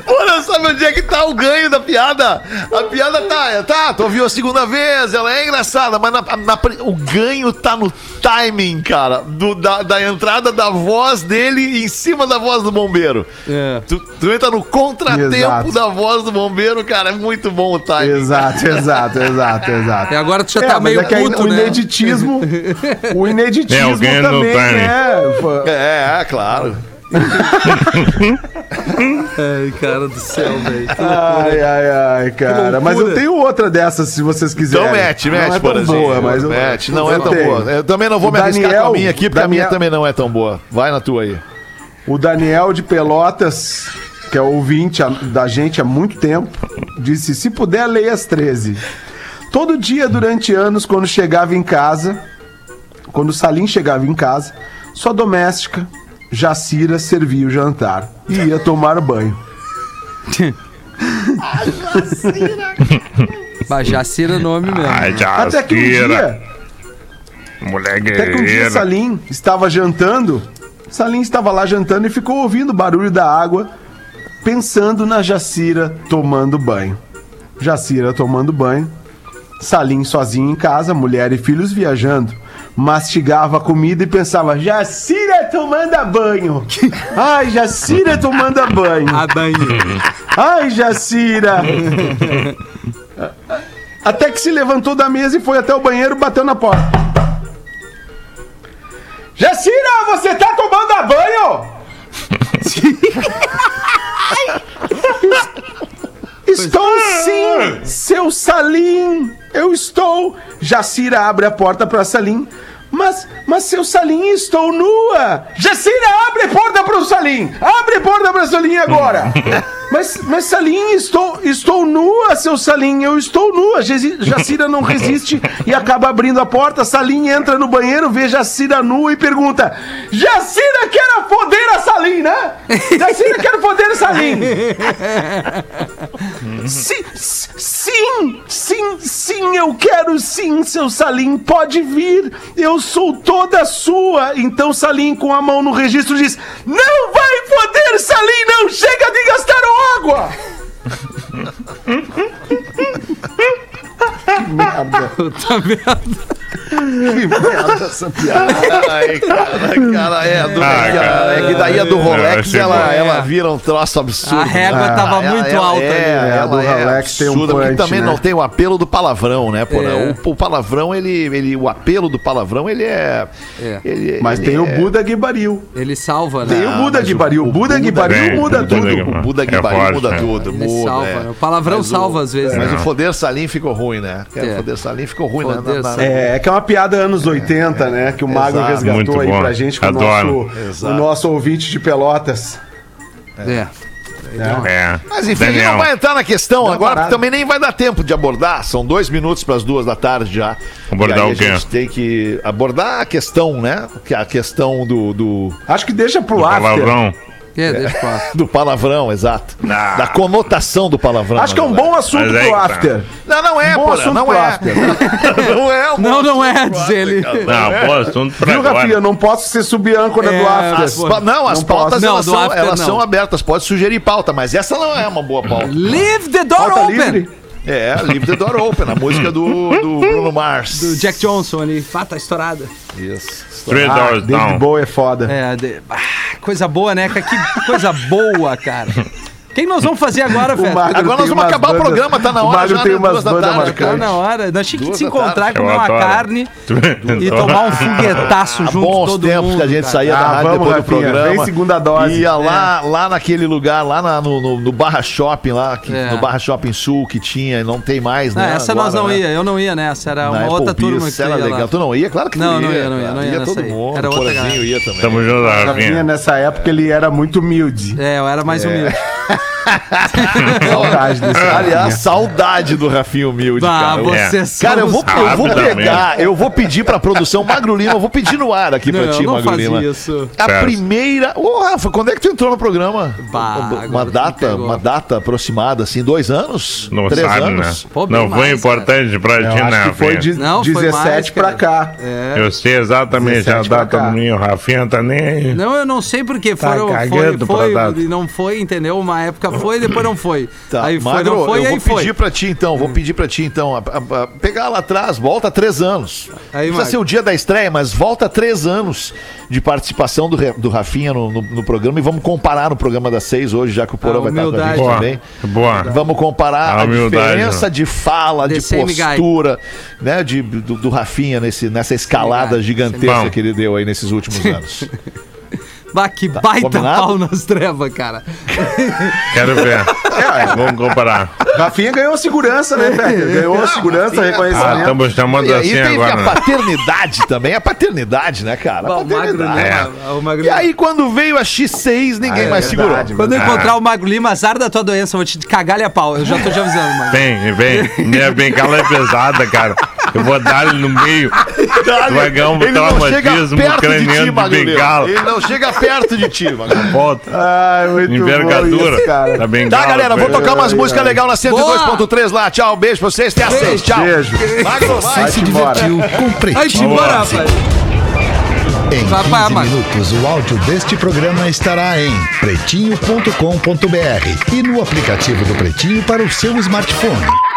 Speaker 2: Olha, sabe onde é que tá o ganho da piada? A piada tá, tá, tu ouviu a segunda vez, ela é engraçada, mas na- na pri- o ganho tá no timing, cara, do- da, da entrada da voz dele em cima da voz do bombeiro.
Speaker 4: É.
Speaker 2: Tu, tu entra no contratempo
Speaker 5: Exato.
Speaker 2: da voz do bombeiro, cara, é muito bom o timing.
Speaker 5: Exato, exato, exato, exato.
Speaker 4: E agora tu já
Speaker 5: É,
Speaker 4: tá
Speaker 5: mas
Speaker 4: meio
Speaker 5: é que aí
Speaker 4: puto,
Speaker 5: o
Speaker 4: né?
Speaker 5: ineditismo. o
Speaker 3: É,
Speaker 5: ineditismo
Speaker 3: alguém não
Speaker 5: também
Speaker 3: tem.
Speaker 5: é. pô.
Speaker 2: É, é, claro.
Speaker 4: Ai, cara do céu, velho.
Speaker 5: Ai, ai, ai, cara. Mas eu
Speaker 4: loucura.
Speaker 5: tenho outra dessas, se vocês quiserem.
Speaker 2: Então mete,
Speaker 5: Não
Speaker 2: mete,
Speaker 5: é
Speaker 2: por
Speaker 5: tão boa, mas eu,
Speaker 2: Mete, não é
Speaker 5: eu
Speaker 2: tão
Speaker 5: tenho.
Speaker 2: boa. Eu também não vou
Speaker 5: O
Speaker 2: me arriscar com a
Speaker 5: Daniel-
Speaker 2: minha aqui, porque a minha
Speaker 5: Daniel-
Speaker 2: também não é tão boa. Vai na tua aí.
Speaker 5: O Daniel de Pelotas, que é ouvinte a- da gente há muito tempo, disse: se puder, leia as 13. Todo dia durante anos, quando chegava em casa, quando o Salim chegava em casa, sua doméstica, Jacira, servia o jantar e ia tomar banho.
Speaker 4: Mas Jacira é nome mesmo.
Speaker 3: Ai, já
Speaker 5: Até que um
Speaker 3: aspira,
Speaker 5: dia,
Speaker 3: mulher
Speaker 5: até que um dia
Speaker 3: guerreira.
Speaker 5: Salim estava jantando, Salim estava lá jantando e ficou ouvindo o barulho da água, pensando na Jacira tomando banho. Jacira tomando banho, Salim sozinho em casa, mulher e filhos viajando. Mastigava a comida e pensava: Jacira tomando a banho! Ai, Jacira tomando a banho!
Speaker 4: A banheira.
Speaker 5: Ai, Jacira! até que se levantou da mesa e foi até o banheiro bateu na porta. Jacira, você tá tomando a banho? Estou sim, seu Salim. Eu estou. Jacira abre a porta pra Salim. Mas, mas seu Salim, estou nua. Jacira, abre a porta pro Salim. Abre a porta pra Salim agora. mas, mas Salim, estou, estou nua, seu Salim. Eu estou nua. Jesi- Jacira não resiste e acaba abrindo a porta. Salim entra no banheiro, vê Jacira nua e pergunta: Jacira, quero foder a Salim, né? Jacira, quero foder a Salim. Sim, sim, sim, sim, eu quero sim, seu Salim, pode vir, eu sou toda sua. Então Salim, com a mão no registro, diz: Não vai poder, Salim, não chega de gastar água!
Speaker 4: Puta merda.
Speaker 5: Que merda essa piada.
Speaker 2: Ai, cara, cara, é, do,
Speaker 3: Ah,
Speaker 2: é que a-
Speaker 3: cara.
Speaker 2: é que daí a do Rolex,
Speaker 3: É,
Speaker 2: ela,
Speaker 3: chegou.
Speaker 2: ela vira um troço absurdo.
Speaker 4: A régua
Speaker 2: né?
Speaker 4: tava
Speaker 2: Ah, ela-
Speaker 4: muito
Speaker 2: ela
Speaker 4: alta
Speaker 2: É,
Speaker 5: ali, né?
Speaker 2: ela
Speaker 5: A do
Speaker 2: é
Speaker 5: Rolex tem um
Speaker 2: absurda, porque
Speaker 5: punch,
Speaker 2: também
Speaker 5: né?
Speaker 2: não tem o apelo do palavrão, né, porra?
Speaker 4: É.
Speaker 2: O, o palavrão, ele, ele, o apelo do palavrão, ele é...
Speaker 4: É.
Speaker 2: ele-
Speaker 5: Mas
Speaker 2: ele
Speaker 5: tem
Speaker 2: é-
Speaker 5: o Buda Guibaril.
Speaker 4: Ele salva, né?
Speaker 5: Tem
Speaker 3: Ah,
Speaker 5: o Buda Guibaril. O Buda Guibaril
Speaker 3: Tem,
Speaker 5: muda
Speaker 3: é, o
Speaker 5: tudo.
Speaker 3: Buda
Speaker 2: O Buda
Speaker 3: É
Speaker 2: Guimarães
Speaker 3: forte,
Speaker 2: muda
Speaker 3: né?
Speaker 2: tudo,
Speaker 4: Ele
Speaker 2: muda.
Speaker 4: salva,
Speaker 2: é.
Speaker 4: né? O palavrão
Speaker 2: Mas
Speaker 4: salva às vezes,
Speaker 2: Mas
Speaker 5: É.
Speaker 4: né?
Speaker 2: o Foder Salim ficou ruim, né? Cara,
Speaker 4: É.
Speaker 2: O Foder Salim ficou ruim né?
Speaker 4: Foder
Speaker 2: na, na,
Speaker 4: Salim.
Speaker 5: É, é que é uma piada anos 80, né? Que o Mago
Speaker 2: Exato.
Speaker 5: resgatou
Speaker 3: Muito
Speaker 5: aí
Speaker 3: bom.
Speaker 5: pra gente com o
Speaker 3: Adoro.
Speaker 5: nosso, o
Speaker 2: Exato.
Speaker 5: nosso ouvinte de pelotas.
Speaker 4: É.
Speaker 3: É.
Speaker 2: Mas enfim, não vai entrar na questão agora,
Speaker 5: parada.
Speaker 2: porque também nem vai dar tempo de abordar. São dois minutos para as duas da tarde já.
Speaker 3: Abordar
Speaker 2: E aí
Speaker 3: o quê?
Speaker 2: A gente tem que abordar a questão, né? Que é a questão do. do...
Speaker 5: Acho que deixa pro after.
Speaker 3: palavrão.
Speaker 4: É, deixa eu falar.
Speaker 2: Do palavrão, exato.
Speaker 3: Ah.
Speaker 2: Da conotação do palavrão.
Speaker 5: Acho que é um
Speaker 2: na verdade.
Speaker 5: bom assunto
Speaker 3: Mas aí
Speaker 5: pro
Speaker 3: que tá.
Speaker 5: after.
Speaker 2: Não, não é,
Speaker 5: bom
Speaker 2: pô.
Speaker 5: assunto
Speaker 2: Não
Speaker 5: pro
Speaker 2: é.
Speaker 5: after. né?
Speaker 2: Não é. um bom
Speaker 4: Não, não
Speaker 2: assunto
Speaker 4: é,
Speaker 2: pro
Speaker 4: diz
Speaker 2: after,
Speaker 4: ele.
Speaker 2: cara.
Speaker 3: Não, pô, assunto
Speaker 5: É.
Speaker 3: pra
Speaker 5: Viu, Rafinha? Eu
Speaker 3: agora.
Speaker 5: não posso ser subâncora
Speaker 4: É,
Speaker 5: do after.
Speaker 2: As pa- não, as
Speaker 5: Não
Speaker 2: pautas
Speaker 4: posso. Não,
Speaker 2: elas,
Speaker 4: do
Speaker 2: são,
Speaker 4: after
Speaker 2: elas
Speaker 4: não.
Speaker 2: são abertas. Pode sugerir pauta, mas essa não é uma boa pauta.
Speaker 4: Leave the door
Speaker 5: Pauta
Speaker 4: open!
Speaker 5: livre?
Speaker 2: É, Leave the Door Open, a música do, do Bruno Mars.
Speaker 4: Do Jack Johnson ali. Ah, tá estourada.
Speaker 2: Isso.
Speaker 3: Three
Speaker 5: Ah,
Speaker 3: doors
Speaker 5: David
Speaker 3: down.
Speaker 5: Bowie é foda.
Speaker 4: É, de- ah, coisa boa, né? cara? Que coisa boa, cara. Quem nós vamos fazer agora,
Speaker 5: O
Speaker 4: Feta?
Speaker 5: Magro
Speaker 2: Agora nós
Speaker 5: tem
Speaker 2: vamos
Speaker 5: umas
Speaker 2: acabar o
Speaker 5: bandas-
Speaker 2: programa, tá na
Speaker 5: O
Speaker 2: hora
Speaker 5: Magro
Speaker 2: já,
Speaker 5: tem
Speaker 2: né?
Speaker 5: umas
Speaker 2: Duas da
Speaker 5: bandas
Speaker 2: tarde,
Speaker 4: Tá
Speaker 5: marcantes.
Speaker 4: na hora. Nós tínhamos que
Speaker 2: Duas
Speaker 4: se
Speaker 2: da
Speaker 4: encontrar
Speaker 2: tarde.
Speaker 4: com
Speaker 3: Eu
Speaker 4: uma
Speaker 3: adoro.
Speaker 4: carne
Speaker 3: Three
Speaker 4: e tomar um foguetaço junto
Speaker 2: Ah, Bons
Speaker 4: todo
Speaker 2: tempos
Speaker 4: mundo.
Speaker 2: que a gente
Speaker 4: cara. É.
Speaker 2: saía da
Speaker 5: Ah,
Speaker 2: rádio
Speaker 5: vamos,
Speaker 2: depois do
Speaker 5: Rafinha,
Speaker 2: programa.
Speaker 5: vem segunda dose.
Speaker 2: Ia lá, lá naquele lugar, lá na- no, no- no Barra Shopping, lá, que-
Speaker 4: É.
Speaker 2: no Barra Shopping Sul que tinha, e não tem mais,
Speaker 4: Ah,
Speaker 2: né?
Speaker 4: essa
Speaker 2: agora,
Speaker 4: nós não
Speaker 2: né?
Speaker 4: ia, eu não ia nessa, era
Speaker 2: Na
Speaker 4: uma
Speaker 2: Apple
Speaker 4: outra
Speaker 2: Peace,
Speaker 4: turma que eu
Speaker 2: era
Speaker 4: ia
Speaker 2: legal.
Speaker 4: lá.
Speaker 2: Tu não ia? Claro que tu
Speaker 4: Não,
Speaker 2: ia.
Speaker 4: não ia, não ia,
Speaker 2: cara.
Speaker 4: não ia nessa
Speaker 2: todo
Speaker 4: aí.
Speaker 2: mundo.
Speaker 4: Era outra
Speaker 2: Porazinho
Speaker 4: galera.
Speaker 2: ia também.
Speaker 3: Tamo junto,
Speaker 5: O Rafinha,
Speaker 3: Rafinha.
Speaker 5: nessa época, ele era muito humilde.
Speaker 4: É, eu era mais humilde.
Speaker 5: Saudade desse
Speaker 2: Aliás,
Speaker 5: Aliás,
Speaker 2: saudade do Rafinha Humilde,
Speaker 4: Ah,
Speaker 2: cara. é.
Speaker 4: vocês são
Speaker 2: Cara, eu vou,
Speaker 4: os-
Speaker 2: eu vou
Speaker 3: Rápido
Speaker 2: pegar, eu vou pedir pra produção Magro Lima, eu vou pedir no ar aqui pra
Speaker 4: Não,
Speaker 2: ti,
Speaker 4: não
Speaker 2: Magro
Speaker 4: faz
Speaker 2: Lima.
Speaker 4: isso.
Speaker 2: A
Speaker 3: Certo.
Speaker 2: primeira. Ô, Rafa, quando é que tu entrou no programa?
Speaker 4: Bah, agora
Speaker 2: uma
Speaker 4: tu me
Speaker 2: data,
Speaker 4: pegou.
Speaker 2: uma data aproximada, assim, dois anos?
Speaker 3: Não
Speaker 2: três
Speaker 3: sabe,
Speaker 2: anos?
Speaker 3: né?
Speaker 4: Pô, bem
Speaker 3: não foi
Speaker 4: mais,
Speaker 3: importante pra
Speaker 5: eu
Speaker 3: ti,
Speaker 5: acho
Speaker 3: né,
Speaker 5: que foi
Speaker 3: Rafinha?
Speaker 5: de
Speaker 4: Não, foi
Speaker 5: 17
Speaker 4: mais,
Speaker 5: pra cá.
Speaker 3: Eu sei exatamente a
Speaker 5: 17 pra
Speaker 3: data
Speaker 5: cá.
Speaker 3: do meu. Rafinha tá nem aí.
Speaker 4: Não, eu não sei porque
Speaker 3: Tá
Speaker 4: foram, foi,
Speaker 3: cagando
Speaker 4: foi,
Speaker 3: pra data.
Speaker 4: e não foi, entendeu? Uma época foi, depois não foi.
Speaker 2: Tá,
Speaker 4: aí foi,
Speaker 2: Magro,
Speaker 4: não foi,
Speaker 2: eu
Speaker 4: aí
Speaker 2: vou pedir
Speaker 4: foi. Hum.
Speaker 2: pra ti então, vou pedir pra ti então, a- a- a- pegar lá atrás, volta três anos.
Speaker 4: Aí,
Speaker 2: Não Precisa
Speaker 4: Magro.
Speaker 2: ser o dia da estreia, mas volta três anos de participação do, Re- do Rafinha no, no- no programa e vamos comparar no programa das seis hoje, já que o Porã
Speaker 4: A
Speaker 2: vai estar com a
Speaker 4: humildade.
Speaker 2: gente
Speaker 3: Boa,
Speaker 2: também.
Speaker 3: boa.
Speaker 2: Vamos comparar
Speaker 3: A
Speaker 2: a,
Speaker 3: humildade, né?
Speaker 2: diferença de fala, de
Speaker 4: The same guy.
Speaker 2: postura, né, de, do, do Rafinha nesse, nessa escalada
Speaker 4: guy.
Speaker 2: gigantesca
Speaker 3: Bom.
Speaker 2: que ele deu aí nesses últimos anos.
Speaker 4: Bah, que baita
Speaker 2: Tá combinado? Tá
Speaker 4: pau nas trevas, cara.
Speaker 3: Quero ver.
Speaker 5: É,
Speaker 3: Vamos comparar.
Speaker 4: É.
Speaker 5: Rafinha ganhou segurança, né, velho? Ganhou segurança,
Speaker 3: Ah,
Speaker 5: reconhecimento.
Speaker 3: estamos chamando
Speaker 2: E aí
Speaker 3: assim
Speaker 2: teve
Speaker 3: agora.
Speaker 2: a
Speaker 3: né?
Speaker 2: paternidade também, a paternidade, né, cara? A
Speaker 4: Bah, o Magro né?
Speaker 2: paternidade.
Speaker 4: Lima, o Magro
Speaker 2: É.
Speaker 4: Ah.
Speaker 2: E aí, quando veio a X6,
Speaker 3: Ah,
Speaker 2: ninguém
Speaker 3: é
Speaker 2: mais segurou.
Speaker 4: Quando eu encontrar o Magro Lima, azar da tua doença, eu vou te cagar-lhe a pau. Eu já tô te avisando, Magro.
Speaker 3: Vem, vem. Minha bengala é pesada, cara. Eu vou dar ele no meio. Tu vai ganhar um
Speaker 2: Ele não chega
Speaker 3: traumatismo
Speaker 2: perto de ti,
Speaker 3: craniano de
Speaker 2: Magro
Speaker 3: bengala.
Speaker 2: Lima. Ele não chega perto de ti, Magro.
Speaker 3: Volta.
Speaker 5: Ai, muito
Speaker 3: Envergadura. da bengala.
Speaker 2: Tá, galera, vou
Speaker 3: velho.
Speaker 2: tocar umas músicas legais na 102.3 lá. Tchau, beijo pra vocês. Até às seis. Tchau.
Speaker 5: Beijo.
Speaker 2: Magro, vai.
Speaker 5: Vai-te embora.
Speaker 6: Com
Speaker 4: Ai, te
Speaker 6: Pretinho
Speaker 4: embora,
Speaker 6: Básico.
Speaker 4: rapaz.
Speaker 6: Em
Speaker 4: Vai, vai,
Speaker 6: 15
Speaker 4: vai.
Speaker 6: minutos, o áudio deste programa estará em pretinho.com.br e no aplicativo do Pretinho para o seu smartphone.